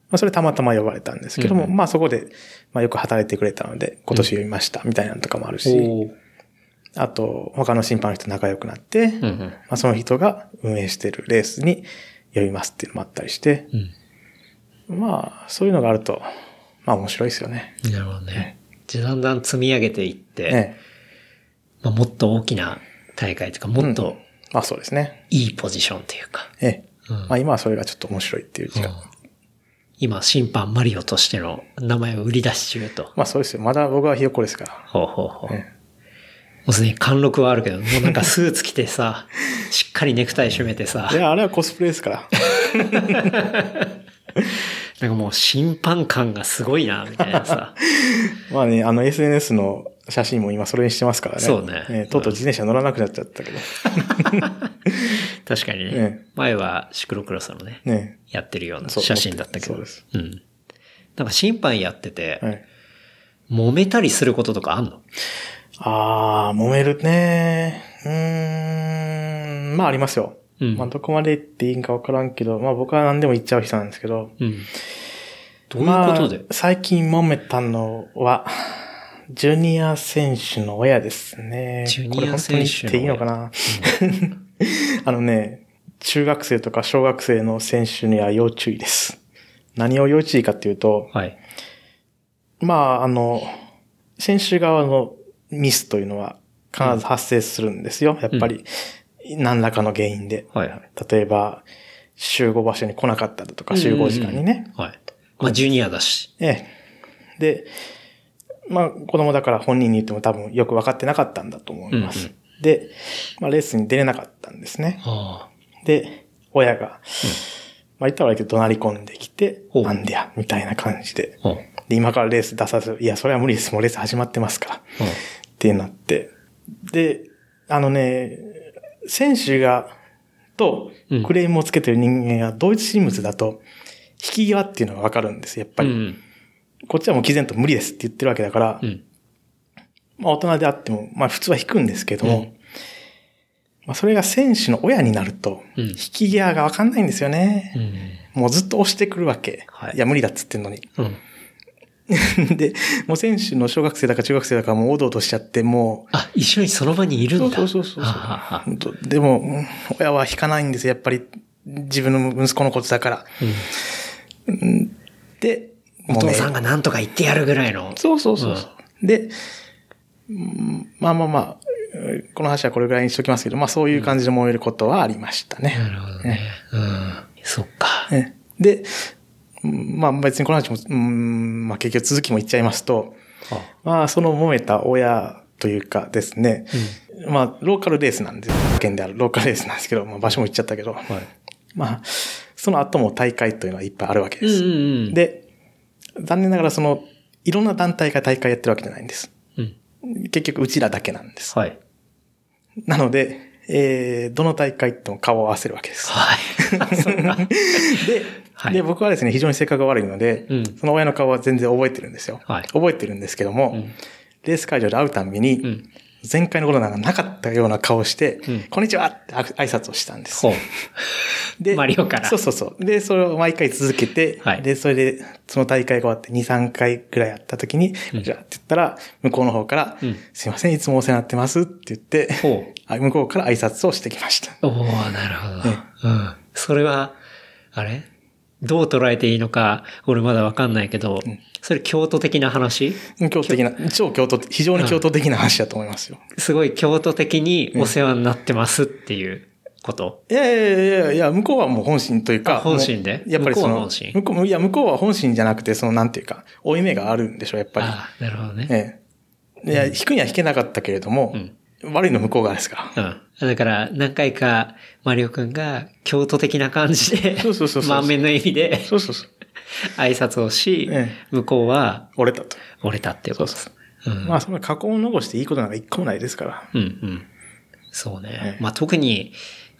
Speaker 3: まあそれたまたま呼ばれたんですけども、まあそこで、まあよく働いてくれたので、今年呼びましたみたいなのとかもある
Speaker 2: う。
Speaker 3: し、
Speaker 2: おー
Speaker 3: あと、他の審判の人と仲良くなって、
Speaker 2: うんう
Speaker 3: ま
Speaker 2: ん。
Speaker 3: あ、その人が運営してるレースに呼びますっていうのもあったりして、
Speaker 2: うん。
Speaker 3: まあ、そういうのがあると、まあ面白いですよね。
Speaker 2: なるほどね。じゃあだんだん積み上げていって、
Speaker 3: ね
Speaker 2: まあ、もっと大きな大会とか、
Speaker 3: う
Speaker 2: も
Speaker 3: ん
Speaker 2: っと
Speaker 3: まあそうですね。
Speaker 2: いいポジションというか。
Speaker 3: ええ。
Speaker 2: うん
Speaker 3: まあ今はそれがちょっと面白いっていう気が。
Speaker 2: うん今、審判マリオとしての名前を売り出し中と。
Speaker 3: まあそうですよ。まだ僕はひよっこですか
Speaker 2: ほうほうほう。も
Speaker 3: ら。ね
Speaker 2: うすでに貫禄はあるけど、もうなんかスーツ着てさ、 しっかりネクタイ締めてさ
Speaker 3: い、や、あれはコスプレですから。
Speaker 2: なんかもう審判感がすごいな、みたいな さ。
Speaker 3: まあね、あの SNS の写真も今それにしてますからね。
Speaker 2: そうね
Speaker 3: ええとうとう自転車乗らなくなっちゃったけど。
Speaker 2: 確かにね。
Speaker 3: え
Speaker 2: 前はシクロクロスのね、
Speaker 3: ね
Speaker 2: やってるような
Speaker 3: そう
Speaker 2: 写真だったけど。
Speaker 3: そうです
Speaker 2: ん。なんか審判やってて、
Speaker 3: はい。
Speaker 2: 揉めたりすることとかあんの
Speaker 3: あー、揉めるね。うーん、まあありますよ。
Speaker 2: うん
Speaker 3: まあどこまで言っていいんかわからんけど、まあ僕は何でも言っちゃう人なんですけど。
Speaker 2: うん。どういうことで
Speaker 3: まあ、最近揉めたのは、ジュニア選手の親ですね。
Speaker 2: ジュニア
Speaker 3: これ本当に言っていいのかな、 あのね、中学生とか小学生の選手には要注意です。何を要注意かっていうと、
Speaker 2: はい。
Speaker 3: まあ、あの、選手側のミスというのは必ず発生するんですよ。やっぱり、何らかの原因で。
Speaker 2: はいはい。
Speaker 3: 例えば、集合場所に来なかっただとか、集合時間にね。
Speaker 2: はい。まあ、ジュニアだし。
Speaker 3: ええ。で、まあ、子供だから本人に言っても多分よく分かってなかったんだと思います。
Speaker 2: うん
Speaker 3: で、まあ、レースに出れなかったんですね。
Speaker 2: あ
Speaker 3: で、親が、まあ、言ったら悪いけど怒鳴り込んできて、
Speaker 2: ほう
Speaker 3: なんでや、みたいな感じで。
Speaker 2: あ。うん。うん。
Speaker 3: で、今からレース出さず、いや、それは無理です。もうレース始まってますから。ってなって。で、あのね、選手が、と
Speaker 2: うん、
Speaker 3: クレームをつけてる人間が同一人物だと、引き際っていうのがわかるんです、やっぱり。
Speaker 2: うん。
Speaker 3: こっちはもう毅然と無理ですって言ってるわけだから、
Speaker 2: うん。
Speaker 3: まあ大人であっても、まあ普通は引くんですけども、
Speaker 2: うん
Speaker 3: まあそれが選手の親になると、
Speaker 2: うん
Speaker 3: 引き際がわかんないんですよ
Speaker 2: う
Speaker 3: ね。
Speaker 2: ん。
Speaker 3: もうずっと押してくるわけ。
Speaker 2: はい
Speaker 3: や無理だっつってんのに。
Speaker 2: うん。
Speaker 3: で、もう選手の小学生だか中学生だかもうおどおどしちゃって、も
Speaker 2: あ、一緒にその場にいるんだ。
Speaker 3: そうそうそうそう
Speaker 2: ははは
Speaker 3: う、とでも、うん親は引かないんですよ、やっぱり。自分の息子のことだから。
Speaker 2: うん
Speaker 3: で、
Speaker 2: お
Speaker 3: もう
Speaker 2: 父
Speaker 3: ね
Speaker 2: さんが何とか言ってやるぐらいの。
Speaker 3: そうそうそうそう。で、うんまあまあまあ、うんこの話はこれぐらいにしときますけど、まあそういう感じで燃えることはありましたね。
Speaker 2: なるほどね。うん。そっか。
Speaker 3: ねで、うんまあ別にこの話も、うんまあ結局続きも言っちゃいますと、
Speaker 2: あ
Speaker 3: まあその揉めた親というかですね、まあローカルレースなんです。県であるローカルレースなんですけど、まあ場所も言っちゃったけど、
Speaker 2: はい。
Speaker 3: まあ、その後も大会というのはいっぱいあるわけ
Speaker 2: う
Speaker 3: で
Speaker 2: ん
Speaker 3: す。
Speaker 2: うんうん。、
Speaker 3: で、残念ながらその、いろんな団体が大会やってるわけじゃないんです。
Speaker 2: うん。
Speaker 3: 結局うちらだけなんです。
Speaker 2: はい。
Speaker 3: なので、えー、どの大会とも顔を合わせるわけです。
Speaker 2: はい。そっか
Speaker 3: で、
Speaker 2: はい
Speaker 3: で、僕はですね、非常に性格が悪いので、
Speaker 2: うん
Speaker 3: その親の顔は全然覚えてるんですよ。
Speaker 2: はい
Speaker 3: 覚えてるんですけども、
Speaker 2: うん
Speaker 3: レース会場で会うたんびに、
Speaker 2: うん。
Speaker 3: 前回のことなんかなかったような顔をして、
Speaker 2: うん
Speaker 3: こんにちはってあ挨拶をしたんです
Speaker 2: ほ。う。
Speaker 3: で、
Speaker 2: マリオから
Speaker 3: そうそうそう。で、それを毎回続けて、
Speaker 2: はい
Speaker 3: で、それで、その大会が終わって2、3回くらいやった時に、
Speaker 2: うん
Speaker 3: じゃあって言ったら、向こうの方から、
Speaker 2: うん
Speaker 3: すいません、いつもお世話になってますって言って、
Speaker 2: ほう。
Speaker 3: あ向こうから挨拶をしてきました。
Speaker 2: おおなるほど。うん。それは、あれどう捉えていいのか、俺まだわかんないけど、それ京都的な話
Speaker 3: 京都的な、超京都、非常に京都的な話だと思いますよ。
Speaker 2: すごい京都的にお世話になってますっていうこと。
Speaker 3: いやいやいやいや、向こうはもう本心という
Speaker 2: あ
Speaker 3: か。
Speaker 2: 本心で
Speaker 3: もうやっぱりその、
Speaker 2: 向こうは本心
Speaker 3: 向こういや、向こうは本心じゃなくて、その、なんていうか、負い目があるんでしょ、やっぱり。
Speaker 2: ああ、なるほどね。
Speaker 3: ええ。いや、引くには引けなかったけれども、悪いの向こう側ですから。
Speaker 2: うん。だから、何回か、マリオくんが、京都的な感じで、
Speaker 3: そうそうそうそう
Speaker 2: 満面の笑みで、
Speaker 3: そうそうそう。
Speaker 2: 挨拶をし、
Speaker 3: え
Speaker 2: 向こうは、
Speaker 3: 折れたと。
Speaker 2: 折れたっていうことです。うん
Speaker 3: まあ、その過去を残していいことなんか一個もないですから。
Speaker 2: うんうん。そうね
Speaker 3: え。え
Speaker 2: まあ特に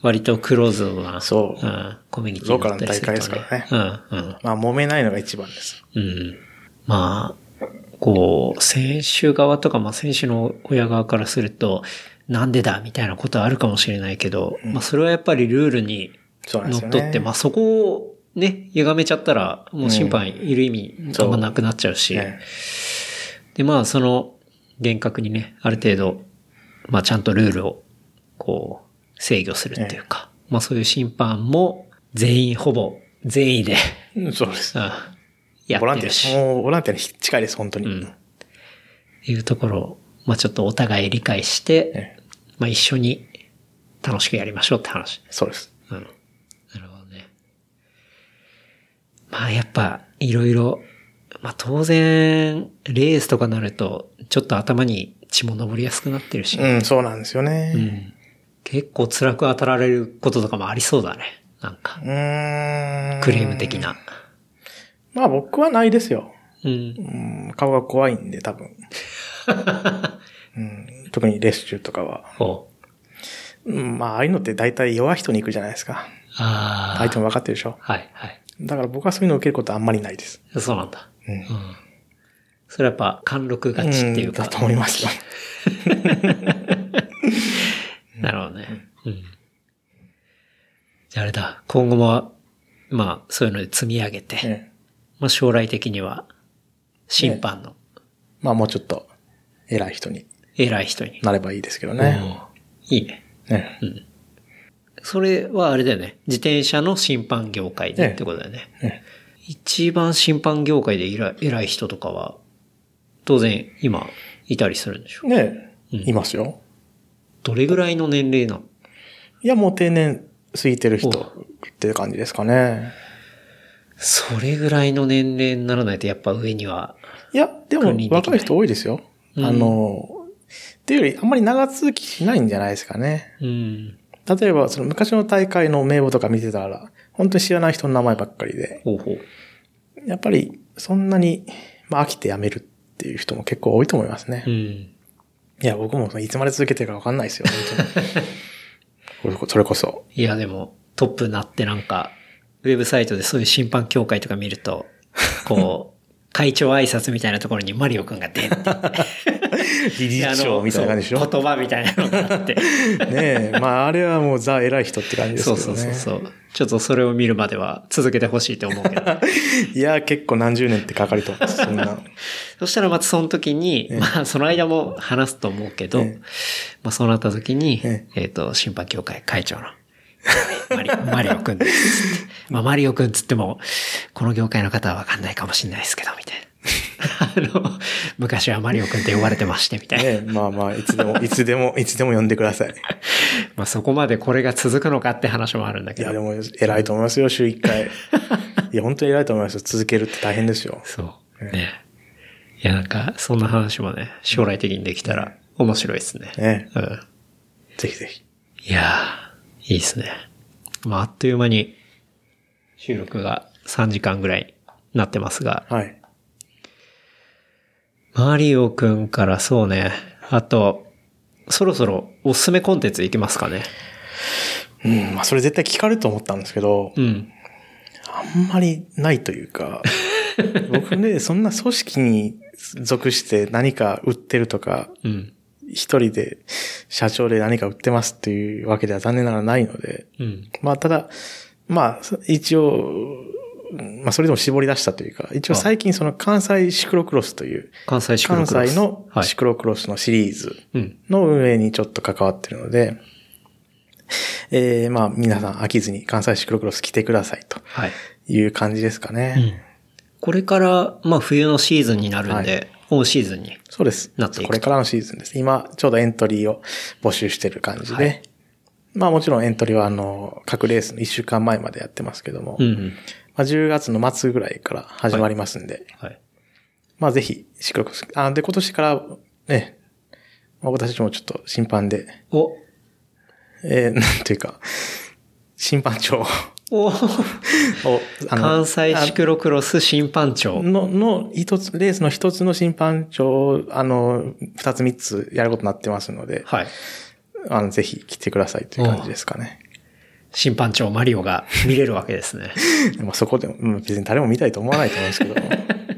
Speaker 2: 割とクローズドな、
Speaker 3: そう
Speaker 2: うん、コミュニティだったりすると、ね。
Speaker 3: ローカルの大会で
Speaker 2: う
Speaker 3: す
Speaker 2: んうん。
Speaker 3: まあ、揉めないのが一番です。
Speaker 2: うん。まあ、こう、選手側とか、まあ選手の親側からすると、なんでだみたいなことはあるかもしれないけど、まあそれはやっぱりルールに
Speaker 3: そうなん
Speaker 2: の
Speaker 3: で
Speaker 2: っ
Speaker 3: す
Speaker 2: と
Speaker 3: よ
Speaker 2: っ
Speaker 3: ね。
Speaker 2: て、まあそこをね、歪めちゃったら、もう審判いる意味あんまなくなっちゃうし、
Speaker 3: ええ
Speaker 2: で、まあ、その、厳格にね、ある程度、まあちゃんとルールをこう制御するっていうか、まあそういう審判も全員ほぼ全員で、
Speaker 3: うんそうです
Speaker 2: う。ん、や
Speaker 3: ボラ
Speaker 2: っ
Speaker 3: ン
Speaker 2: て
Speaker 3: テ
Speaker 2: る
Speaker 3: ィ
Speaker 2: し、っ
Speaker 3: ア、もうボランティアに近いです、本当に。
Speaker 2: うんていうところを、まあちょっとお互い理解して
Speaker 3: え、
Speaker 2: まあ一緒に楽しくやりましょうって話。
Speaker 3: そうです。
Speaker 2: うん。なるほどね。まあやっぱ、いろいろ、まあ当然、レースとかなると、ちょっと頭に血も上りやすくなってるし、
Speaker 3: うん、そうなんですよね。
Speaker 2: 結構辛く当たられることとかもありそうだね。なんか
Speaker 3: う、ーん。
Speaker 2: クレーム的。な。
Speaker 3: まあ僕はないですよ。
Speaker 2: うん。
Speaker 3: うん、顔が怖いんで、多分。うん、特にレース中とかは。
Speaker 2: お
Speaker 3: うん、まあ、ああいうのって大体弱い人に行くじゃないですか。
Speaker 2: ああ。
Speaker 3: 相手も分かってるでしょ。
Speaker 2: はい、はい。
Speaker 3: だから僕はそういうのを受けることはあんまりないです。
Speaker 2: そうなんだ。
Speaker 3: うん
Speaker 2: うん。それはやっぱ、貫禄勝ちっていうか。
Speaker 3: んだと思いますよ。
Speaker 2: なるほどね。うん。じゃああれだ、今後も、まあ、そういうので積み上げて、
Speaker 3: ええ
Speaker 2: まあ将来的には、審判の
Speaker 3: まあ、もうちょっと、偉い人に
Speaker 2: 偉い人に。
Speaker 3: なればいいですけどね。
Speaker 2: うんいいね。
Speaker 3: ね
Speaker 2: それはあれだよね。自転車の審判業界でってことだよね。
Speaker 3: ええ
Speaker 2: 一番審判業界で偉い偉い人とかは、当然今、いたりするんでしょ
Speaker 3: ねえ、
Speaker 2: うん
Speaker 3: いますよ。
Speaker 2: どれぐらいの年齢なの
Speaker 3: いや、もう定年過ぎてる人
Speaker 2: お
Speaker 3: っていう感じですかね。
Speaker 2: それぐらいの年齢にならないとやっぱ上には、
Speaker 3: いや、でも
Speaker 2: 確認できない
Speaker 3: 若い人多いですよ。
Speaker 2: うん
Speaker 3: あの、っていうより、あんまり長続きしないんじゃないですかね。
Speaker 2: うん、
Speaker 3: 例えば、その昔の大会の名簿とか見てたら、本当に知らない人の名前ばっかりで、
Speaker 2: 方法。
Speaker 3: やっぱりそんなに、まあ飽きて辞めるっていう人も結構多いと思いますね。
Speaker 2: うん。
Speaker 3: いや、僕もいつまで続けてるかわかんないですよ、本当に これそれこそ。
Speaker 2: いや、でも、トップになってなんか、ウェブサイトでそういう審判協会とか見ると、こ う、会長挨拶みたいなところにマリオくんが出んって。
Speaker 3: 理事長みたいな感じで
Speaker 2: あ
Speaker 3: し
Speaker 2: の
Speaker 3: ょ
Speaker 2: そう言葉みたいなのがあ って。
Speaker 3: ねえ。まあ、あれはもうザ偉い人って感じですけ
Speaker 2: そ
Speaker 3: ど
Speaker 2: う
Speaker 3: ね。
Speaker 2: そうそうそう。ちょっとそれを見るまでは続けてほしいと思うけど。
Speaker 3: いや、結構何十年ってかかると思います、 そんな。
Speaker 2: そしたらまたその時に、まあその間も話すと思うけど、
Speaker 3: ええ
Speaker 2: まあそうなった時に、え
Speaker 3: え
Speaker 2: っ、と、審判協会会長の、マリマリオくんですって。 まあマリオくんつっても、この業界の方はわかんないかもしれないですけど、みたい な。あの、昔はマリオくんって呼ばれてまして、みたいな。
Speaker 3: ねえ、まあまあ、いつでも、いつでも、いつでも呼んでください。
Speaker 2: まあそこまでこれが続くのかって話もあるんだ
Speaker 3: い
Speaker 2: け
Speaker 3: や、
Speaker 2: ど。
Speaker 3: でも、偉いと思いますよ、週一回。いや、本当に偉いと思いますよ。続けるって大変ですよ。
Speaker 2: そう。ね。いやなんか、そんな話もね、将来的にできたら面白いですね。
Speaker 3: ね
Speaker 2: うん。
Speaker 3: ぜひぜひ。
Speaker 2: いやー、いいですね。まあ、あっという間に収録が3時間ぐらいになってますが、
Speaker 3: はい。
Speaker 2: マリオくんからそうね、あと、そろそろおすすめコンテンツいきますかね。
Speaker 3: うん、まあ、それ絶対聞かれると思ったんですけど、
Speaker 2: うん。
Speaker 3: あんまりないという か、僕ね、そんな組織に属して何か売ってるとか、
Speaker 2: うん。
Speaker 3: 一人で社長で何か売ってますっていうわけでは残念ながらないので、
Speaker 2: うん。
Speaker 3: まあ、ただ、まあ、そ一応、うんまあ、それでも絞り出したというか、一応最近その関西シクロクロスという、
Speaker 2: 関西シクロ
Speaker 3: 関
Speaker 2: クロ
Speaker 3: 西
Speaker 2: ス
Speaker 3: の
Speaker 2: はい
Speaker 3: シ。クロクロスのシリーズ
Speaker 2: うん。
Speaker 3: の運営にちょっと関わってるので、えー、まあ、皆さん飽きずに関西シクロクロス来てくださいと
Speaker 2: はい。
Speaker 3: いう感じですかね。
Speaker 2: うん。これから、まあ、冬のシーズンになるん
Speaker 3: は
Speaker 2: で、本シーズンに。
Speaker 3: そうです。
Speaker 2: なっていくと
Speaker 3: これからのシーズンです。今、ちょうどエントリーを募集してる感じで、
Speaker 2: はい
Speaker 3: まあもちろんエントリーはあの、各レースの1週間前までやってますけども、
Speaker 2: うん
Speaker 3: ま
Speaker 2: うん。
Speaker 3: あ10月の末ぐらいから始まりますんで、
Speaker 2: はい。
Speaker 3: まあぜひ、四国、あ、で、今年からね、まあ私たちもちょっと審判で、
Speaker 2: お、
Speaker 3: えー、 なんていうか、審判 長を、
Speaker 2: お、
Speaker 3: あ
Speaker 2: 関西シクロクロス審判長。
Speaker 3: の、の、一つ、レースの一つの審判長を、あの、二つ三つやることになってますので、
Speaker 2: はい。
Speaker 3: あの、ぜひ来てくださいという感じですかね。
Speaker 2: 審判長マリオが見れるわけです ね。
Speaker 3: まあそこでも、うん別に誰も見たいと思わないと思うんですけど。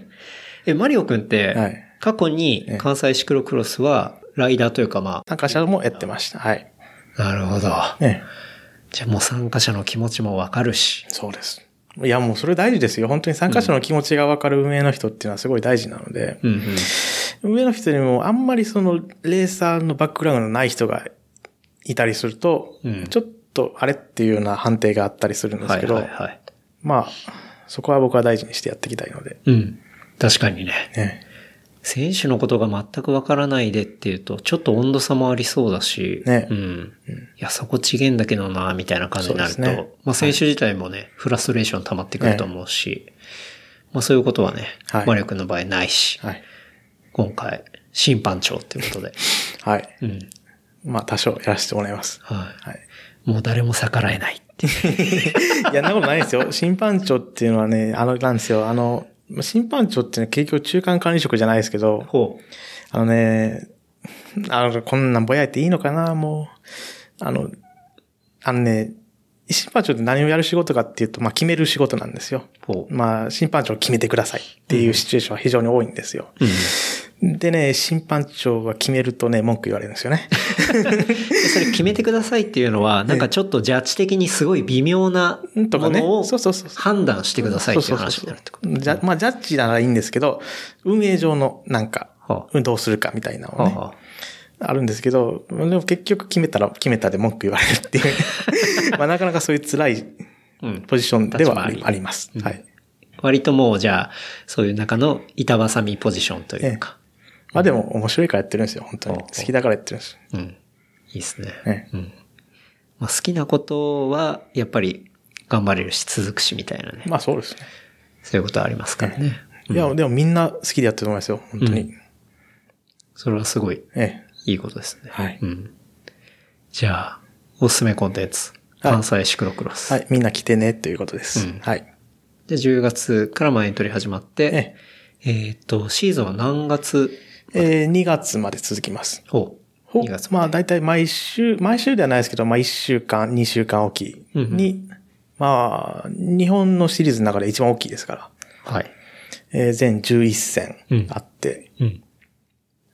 Speaker 2: え、マリオくんっ
Speaker 3: は
Speaker 2: て、
Speaker 3: い。
Speaker 2: 過去に
Speaker 3: ええ
Speaker 2: 関西シクロクロスはライダーというかま
Speaker 3: 参加者もやってました。はい。
Speaker 2: あ。なるほど。
Speaker 3: ね。
Speaker 2: じゃあもう参加者の気持ちもわかるし。
Speaker 3: そうです。いや、もうそれ大事ですよ。本当に参加者の気持ちがわかる運営の人っていうのはすごい大事なので、
Speaker 2: うんうん。
Speaker 3: 上の人にもあんまりそのレーサーのバックグラウンドのない人がいたりすると、
Speaker 2: うん
Speaker 3: ちょっとあれっていうような判定があったりするんです
Speaker 2: はい
Speaker 3: けど、
Speaker 2: はいはい。
Speaker 3: まあ、そこは僕は大事にしてやっていきたいので、
Speaker 2: うん。確かにね。
Speaker 3: ね。
Speaker 2: 選手のことが全くわからないでっていうと、ちょっと温度差もありそうだし、
Speaker 3: ね
Speaker 2: うん。いや、そこ違えんだけどな、みたいな感じになると、
Speaker 3: そうですね
Speaker 2: まあ選手自体もね、フラストレーション溜まってくると思うし、まあそういうことはね、
Speaker 3: はい
Speaker 2: マリオ君の場合ないし、
Speaker 3: はい。
Speaker 2: 今回、審判長っていうことで、
Speaker 3: はい。
Speaker 2: うん。
Speaker 3: まあ、多少やらせてもらいます。
Speaker 2: は
Speaker 3: はい。
Speaker 2: い。もう誰も逆らえないっていう。
Speaker 3: い や、そんなことないですよ。審判長っていうのはね、あの、なんですよ。あの、審判長っていうのは結局中間管理職じゃないですけど、
Speaker 2: ほう。
Speaker 3: あのね、あの、こんなんぼやいていいのかな、もう。あの、あのね、審判長って何をやる仕事かっていうと、まあ、決める仕事なんですよ。
Speaker 2: ほう。
Speaker 3: まあ、審判長を決めてくださいっていうシチュエーションは非常に多いんですよ。
Speaker 2: うん。
Speaker 3: でね、審判長が決めるとね、文句言われるんですよね。
Speaker 2: でそれ決めてくださいっていうのは、なんかちょっとジャッジ的にすごい微妙な
Speaker 3: うん
Speaker 2: も
Speaker 3: とかね
Speaker 2: のを
Speaker 3: そうそうそうそう
Speaker 2: 判断してくださいっていう話
Speaker 3: そ
Speaker 2: にな
Speaker 3: うそう
Speaker 2: るってこ
Speaker 3: そ
Speaker 2: と。
Speaker 3: うじゃ、まあ、ジャッジならいいんですけど、運営上のなんか
Speaker 2: は、
Speaker 3: うんどうするかみたいなの
Speaker 2: は
Speaker 3: を
Speaker 2: あ
Speaker 3: ね、
Speaker 2: はあ
Speaker 3: あるんですけど、でも結局決めたら、決めたで文句言われるっ ていう。まあ、なかなかそういう辛い
Speaker 2: うん
Speaker 3: ポジションではあ
Speaker 2: 立
Speaker 3: り
Speaker 2: 場あり
Speaker 3: あります。はい。
Speaker 2: 割ともうじゃあ、そういう中の板挟みポジションというか。
Speaker 3: まあでも面白いからやってるんですよ、本当に。
Speaker 2: ほ
Speaker 3: 好
Speaker 2: うほう
Speaker 3: きだからやってるんです。
Speaker 2: うん。いいですね。
Speaker 3: ね
Speaker 2: うん。まあ好きなことは、やっぱり頑張れるし、続くしみたいなね。
Speaker 3: まあそうですね。
Speaker 2: そういうことはありますからね。
Speaker 3: いや、でもみんな好きでやってると思いますよ、本当
Speaker 2: う
Speaker 3: に。
Speaker 2: それはすごい
Speaker 3: ええ。
Speaker 2: いいことですね。
Speaker 3: はい
Speaker 2: うん。じゃあ、おすすめコンテンツ。
Speaker 3: はい
Speaker 2: 関西シクロクロス。
Speaker 3: はい、みんな来てね、ということです
Speaker 2: うん。
Speaker 3: はい。
Speaker 2: で、10月から前エントリー始まって
Speaker 3: え、
Speaker 2: えーっと、シーズンは何月
Speaker 3: えー、2月まで続きます。
Speaker 2: を
Speaker 3: ほ
Speaker 2: ?2 月ま
Speaker 3: まあ
Speaker 2: で。
Speaker 3: 大体毎週、毎週ではないですけど、まあ1週間、2週間おきに、まあ、日本のシリーズの中で一番大きいですから、
Speaker 2: はい。
Speaker 3: えー全11戦あって、
Speaker 2: うん。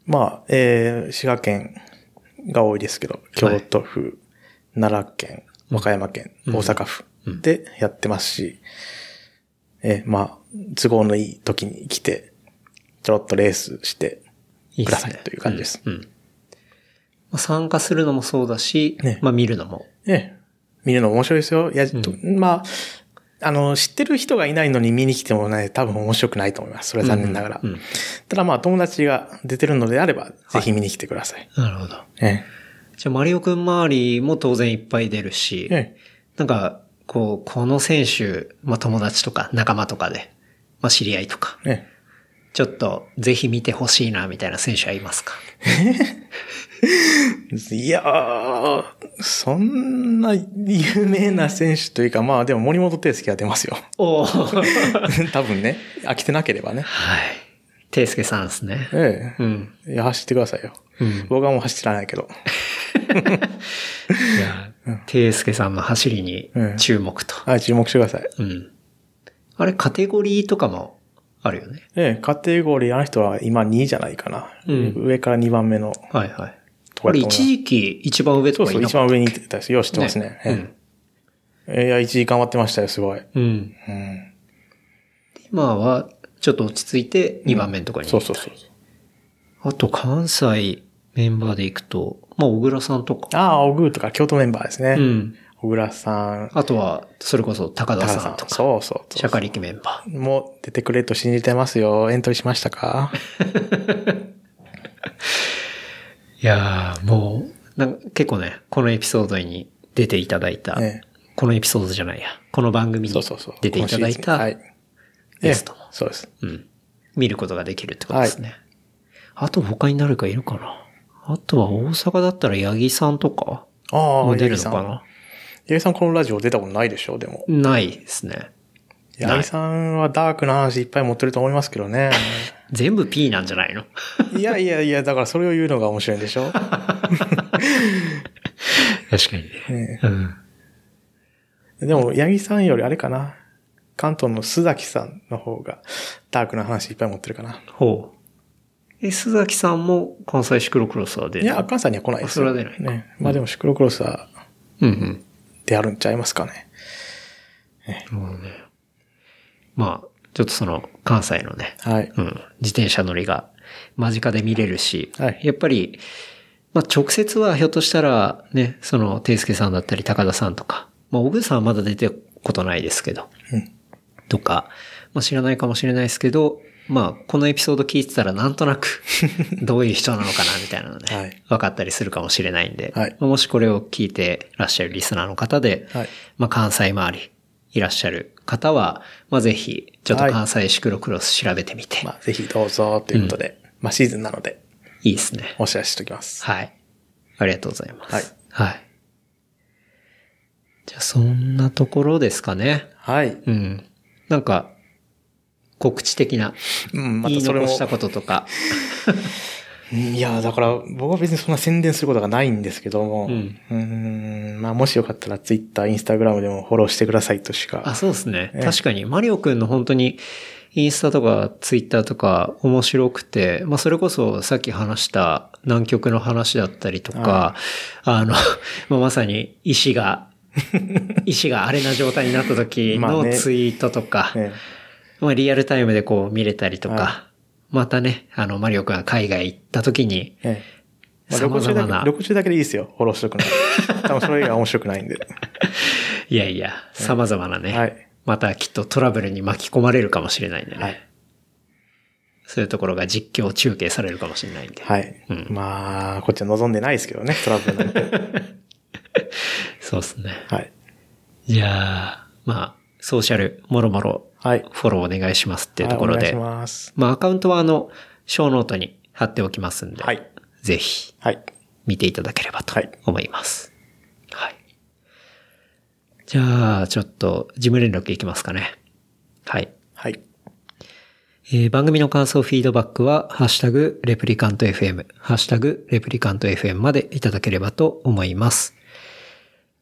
Speaker 3: まあ、えー滋賀県が多いですけど、京都府、奈良県、和歌山県、大阪府でやってますし、えーまあ、都合のいい時に来て、ちょろっとレースして
Speaker 2: いいで
Speaker 3: くだ
Speaker 2: す
Speaker 3: さい
Speaker 2: ね。
Speaker 3: という感じです。
Speaker 2: うん。まあ参加するのもそうだし、
Speaker 3: ね
Speaker 2: まあ見るのも。
Speaker 3: ええ。見るの面白いですよ。いや、とまあ、あの、知ってる人がいないのに見に来てもね、多分面白くないと思います。それは残念ながら。
Speaker 2: うんうん
Speaker 3: ただまあ、友達が出てるのであれば、ぜひ見に来てください。
Speaker 2: なるほど。
Speaker 3: え
Speaker 2: じゃあ、マリオくん周りも当然いっぱい出るし
Speaker 3: え。、え
Speaker 2: なんか、こう、この選手、まあ友達とか仲間とかで、まあ知り合いとか、
Speaker 3: え。え
Speaker 2: ちょっとぜひ見てほしいな、みたいな選手はいますか
Speaker 3: え。いやー、そんな有名な選手というか、まあでも森本哲介は出ますよ。
Speaker 2: おおはい。
Speaker 3: 多分ね。飽きてなければね。
Speaker 2: ていすけさんですね。
Speaker 3: ええ。
Speaker 2: うん。
Speaker 3: いや、走ってくださいよ。
Speaker 2: うん。
Speaker 3: 僕はもう走ってらないけど。
Speaker 2: いや、ていすけさんの走りに注目と。
Speaker 3: はい、注目してください。
Speaker 2: うん。あれ、カテゴリーとかもあるよね。
Speaker 3: ええ、カテゴリー、あの人は今2位じゃないかな。
Speaker 2: うん
Speaker 3: 上から2番目の
Speaker 2: はいはい。
Speaker 3: と
Speaker 2: こ
Speaker 3: かだと思い
Speaker 2: れ
Speaker 3: ます
Speaker 2: 一時期一番上
Speaker 3: そ
Speaker 2: と
Speaker 3: う
Speaker 2: か
Speaker 3: そう、
Speaker 2: いな
Speaker 3: 一
Speaker 2: かっ
Speaker 3: 番上に行ってたし、よう知ってますね。
Speaker 2: たうん。
Speaker 3: ええいや、1時間待ってましたよ、すごい。
Speaker 2: うん。
Speaker 3: うん。
Speaker 2: 今は、ちょっと落ち着いて2番目のところに、
Speaker 3: そうそうそう。
Speaker 2: あと、関西メンバーで行くと、まあ、小倉さんとか。
Speaker 3: ああ、オグーとか、京都メンバーですね。
Speaker 2: うん。
Speaker 3: 小倉さん、
Speaker 2: あとは、それこそ高田
Speaker 3: 高
Speaker 2: さ
Speaker 3: さ
Speaker 2: ん
Speaker 3: ん
Speaker 2: とか、
Speaker 3: そうそうそう。
Speaker 2: 社会力メンバー。
Speaker 3: もう出てくれると信じてますよ。エントリーしましたか
Speaker 2: いやー、もう、なんか結構ね、このエピソードに出ていただいた、
Speaker 3: え
Speaker 2: このエピソードじゃないや、この番組
Speaker 3: そ
Speaker 2: に
Speaker 3: うそうそう。
Speaker 2: 出ていただいた、
Speaker 3: 今シーズンはい。え
Speaker 2: ゲ
Speaker 3: え
Speaker 2: ストも
Speaker 3: そうです。
Speaker 2: うん。見ることができるってことですね。あと他に誰かいるかなあとは大阪だったら八木さんとか
Speaker 3: あ
Speaker 2: も
Speaker 3: あ、
Speaker 2: 出る
Speaker 3: 八木
Speaker 2: の
Speaker 3: さ
Speaker 2: か
Speaker 3: ん。
Speaker 2: な
Speaker 3: 八木さんこのラジオ出たことないでしょ、でも。
Speaker 2: ないですね。ない
Speaker 3: 八木さんはダークな話いっぱい持ってると思いますけ どね。
Speaker 2: 全部 P なんじゃないの
Speaker 3: いやいやいや、だからそれを言うのが面白いんでし ょ
Speaker 2: 確かにね。うん。
Speaker 3: でも、八木さんよりあれかな。関東の須崎さんの方が、ダークな話いっぱい持ってるかな。
Speaker 2: ほう。え、須崎さんも関西シクロクロスは出
Speaker 3: い
Speaker 2: る
Speaker 3: や、関西には来ないですよ。
Speaker 2: あそれは出ない
Speaker 3: ね。まあでも、シクロクロスは
Speaker 2: うんうん。
Speaker 3: 出あるんちゃいますかね。
Speaker 2: なるほどね。まあ、ちょっとその関西のね、
Speaker 3: はい。
Speaker 2: うん、自転車乗りが間近で見れるし、
Speaker 3: はい
Speaker 2: やっぱり、まあ、直接はひょっとしたらね、その、ていすけさんだったり、高田さんとか、まあ、小栗さんはまだ出てことないですけど、
Speaker 3: うん
Speaker 2: とか、まあ、知らないかもしれないですけど、まあ、このエピソード聞いてたらなんとな く、どういう人なのかな、みたいなのね、
Speaker 3: はい
Speaker 2: 分かったりするかもしれないんで、
Speaker 3: はい
Speaker 2: まあもしこれを聞いてらっしゃるリスナーの方で、
Speaker 3: はい
Speaker 2: まあ、関西周りいらっしゃる方は、まあ、ぜひ、ちょっと
Speaker 3: はい
Speaker 2: 関西シクロクロス調べてみて、
Speaker 3: まあ、ぜひどうぞということで、まあ、シーズンなので、
Speaker 2: いいですね。
Speaker 3: お知らせしておきます。
Speaker 2: はい。ありがとうございます。
Speaker 3: はい。
Speaker 2: はい。じゃあ、そんなところですかね。
Speaker 3: はい。
Speaker 2: うん。なんか、告知的な、
Speaker 3: うん、ま
Speaker 2: 言
Speaker 3: た
Speaker 2: い
Speaker 3: それ
Speaker 2: 残
Speaker 3: も。
Speaker 2: したこととか。
Speaker 3: うんいや、だから、僕は別にそんな宣伝することがないんですけども、
Speaker 2: うん
Speaker 3: ーんまあ、もしよかったら、ツイッター、インスタグラムでもフォローしてくださいとし
Speaker 2: あ、
Speaker 3: か。
Speaker 2: そうですね。
Speaker 3: ええ
Speaker 2: 確かに、マリオくんの本当に、インスタとかツイッターとか面白くて、まあそれこそさっき話した南極の話だったりとか、あの、 まあまさに石 が、石が荒れな状態になった時
Speaker 3: まあ
Speaker 2: の
Speaker 3: ね
Speaker 2: ツイートとか、
Speaker 3: ね、
Speaker 2: まあ、リアルタイムでこう見れたりとか、
Speaker 3: は
Speaker 2: またね、あの、マリオくんが海外行った時に、
Speaker 3: ねまあ、旅
Speaker 2: 様
Speaker 3: 行中だ
Speaker 2: 々
Speaker 3: け
Speaker 2: な、
Speaker 3: 旅行中だけでいいですよ。フォロー しとくの。多分それ以外は面白くないんで。
Speaker 2: いやいや、様々なね、
Speaker 3: はい
Speaker 2: またきっとトラブルに巻き込まれるかもしれないんでね。
Speaker 3: はい
Speaker 2: そういうところが実況中継されるかもしれないんで。
Speaker 3: はい。
Speaker 2: うん
Speaker 3: まあ、こっちは望んでないですけどね、トラブル なんて。
Speaker 2: そうですね。
Speaker 3: はい。
Speaker 2: じゃあ、まあ、ソーシャル、もろもろ、
Speaker 3: はい。
Speaker 2: フォローお願いしますっていうところで、
Speaker 3: はいお願いします。
Speaker 2: まあ、アカウントはあの、小ノートに貼っておきますんで、
Speaker 3: はい。
Speaker 2: ぜひ、
Speaker 3: はい。
Speaker 2: 見ていただければと
Speaker 3: はい
Speaker 2: 思います。はい。じゃあ、ちょっと、事務連絡いきますかね。はい。
Speaker 3: はい。
Speaker 2: えー番組の感想、フィードバックは、ハッシュタグ、レプリカント FM、ハッシュタグ、レプリカント FM までいただければと思います。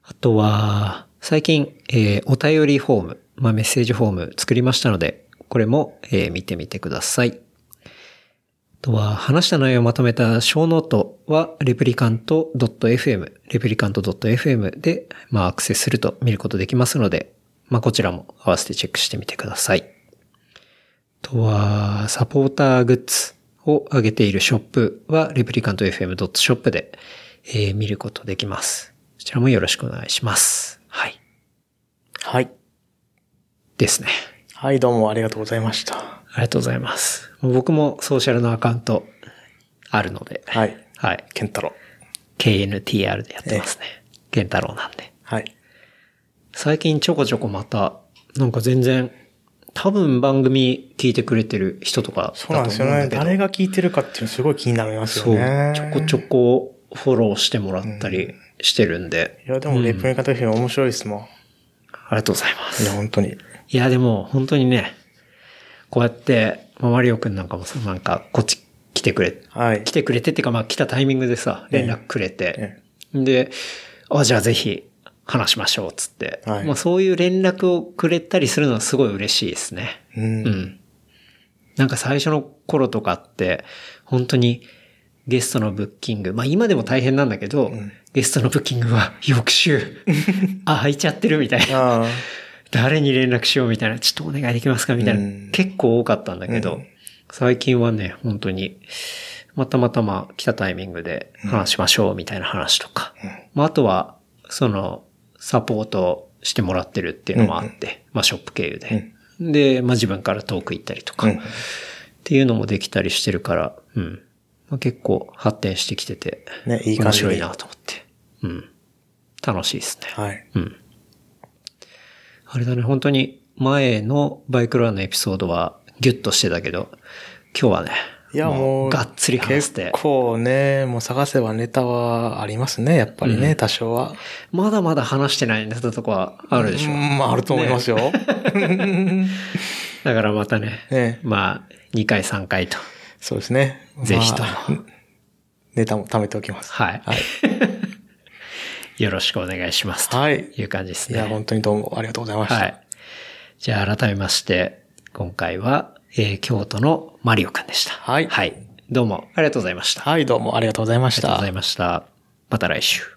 Speaker 2: あとは、最近、えーお便りフォーム、まあ、メッセージフォーム作りましたので、これも、えー見てみてください。あとは、話した内容をまとめた小ノートは、レプリカント .fm、レプリカント .fm で、まあ、アクセスすると見ることできますので、まあ、こちらも合わせてチェックしてみてください。あとは、サポーターグッズを上げているショップは、レプリカント FM.shop で、えー見ることできます。そちらもよろしくお願いします。はい。
Speaker 3: はい。
Speaker 2: ですね。
Speaker 3: はい、どうもありがとうございました。
Speaker 2: ありがとうございます。もう僕もソーシャルのアカウントあるので、
Speaker 3: はい。
Speaker 2: はい。
Speaker 3: ケンタロウ。
Speaker 2: KNTR でやってますね。ケンタロウなんで。
Speaker 3: はい。
Speaker 2: 最近ちょこちょこまた、なんか全然、多分番組聞いてくれてる人とかだと
Speaker 3: そ
Speaker 2: 思
Speaker 3: うな
Speaker 2: うんん
Speaker 3: ですよ
Speaker 2: だ
Speaker 3: ね。
Speaker 2: けど、
Speaker 3: 誰が聞いてるかっていうのすごい気になります
Speaker 2: そ
Speaker 3: よ
Speaker 2: う、
Speaker 3: ね。
Speaker 2: ちょこちょこフォローしてもらったりしてるんで、
Speaker 3: いや、でも、レプリカント FM 面白いですもん。
Speaker 2: ありがとうございま
Speaker 3: いや、
Speaker 2: す。
Speaker 3: 本当に。
Speaker 2: いや、でも本当にね、こうやって、まあマリオくんなんかもさ、なんかこっち来てくれ、
Speaker 3: はい
Speaker 2: 来。てくれてっていうか、まあ来たタイミングでさ、連絡くれて
Speaker 3: え、
Speaker 2: で、あ、じゃあぜひ話しましょう、つって、
Speaker 3: はい
Speaker 2: まあそういう連絡をくれたりするのはすごい嬉しいですね。
Speaker 3: うん。
Speaker 2: うん。なんか最初の頃とかって、本当にゲストのブッキング、まあ今でも大変なんだけど、ゲストのブッキングは 翌 週、あ、空いちゃってるみたいな。
Speaker 3: ああ。
Speaker 2: 誰に連絡しようみたいな、ちょっとお願いできますかみたいな、
Speaker 3: うん
Speaker 2: 結構多かったんだけど、最近はね、本当に、またまたま来たタイミングで話しましょうみたいな話とか、まああとは、その、サポートしてもらってるっていうのもあって、まあショップ経由で。で、まあ自分から遠く行ったりとか、
Speaker 3: う
Speaker 2: っ
Speaker 3: ん
Speaker 2: ていうのもできたりしてるから、うん。まあ、結構発展してきてて、
Speaker 3: ねいい感じに
Speaker 2: 面白いなと思って。うん。楽しいですね。
Speaker 3: はい。
Speaker 2: うん。あれだね、本当に前のバイクロアのエピソードはギュッとしてたけど、今日はね、
Speaker 3: いや、もう、
Speaker 2: がっつり話して
Speaker 3: 結、構ね、もう探せばネタはありますね、やっぱりね、多少は。
Speaker 2: まだまだ話してないネタとかはあるでしょ。
Speaker 3: うん、まあ、あると思いますよ。
Speaker 2: だからまたね、
Speaker 3: ね
Speaker 2: まあ、2回3回と。
Speaker 3: そうですね。
Speaker 2: ぜひとも
Speaker 3: まあネタも貯めておきます。
Speaker 2: はい。 よろしくお願いします。
Speaker 3: はい。
Speaker 2: という感じです
Speaker 3: い
Speaker 2: ね。
Speaker 3: や、本当にどうもありがとうございました。
Speaker 2: はい。じゃあ改めまして、今回は、えー京都のマリオくんでした。
Speaker 3: はい
Speaker 2: はい。どうもありがとうございました。あ
Speaker 3: はい、どうもありがとうございまし
Speaker 2: りがとう
Speaker 3: た
Speaker 2: ござ。いました。また来週。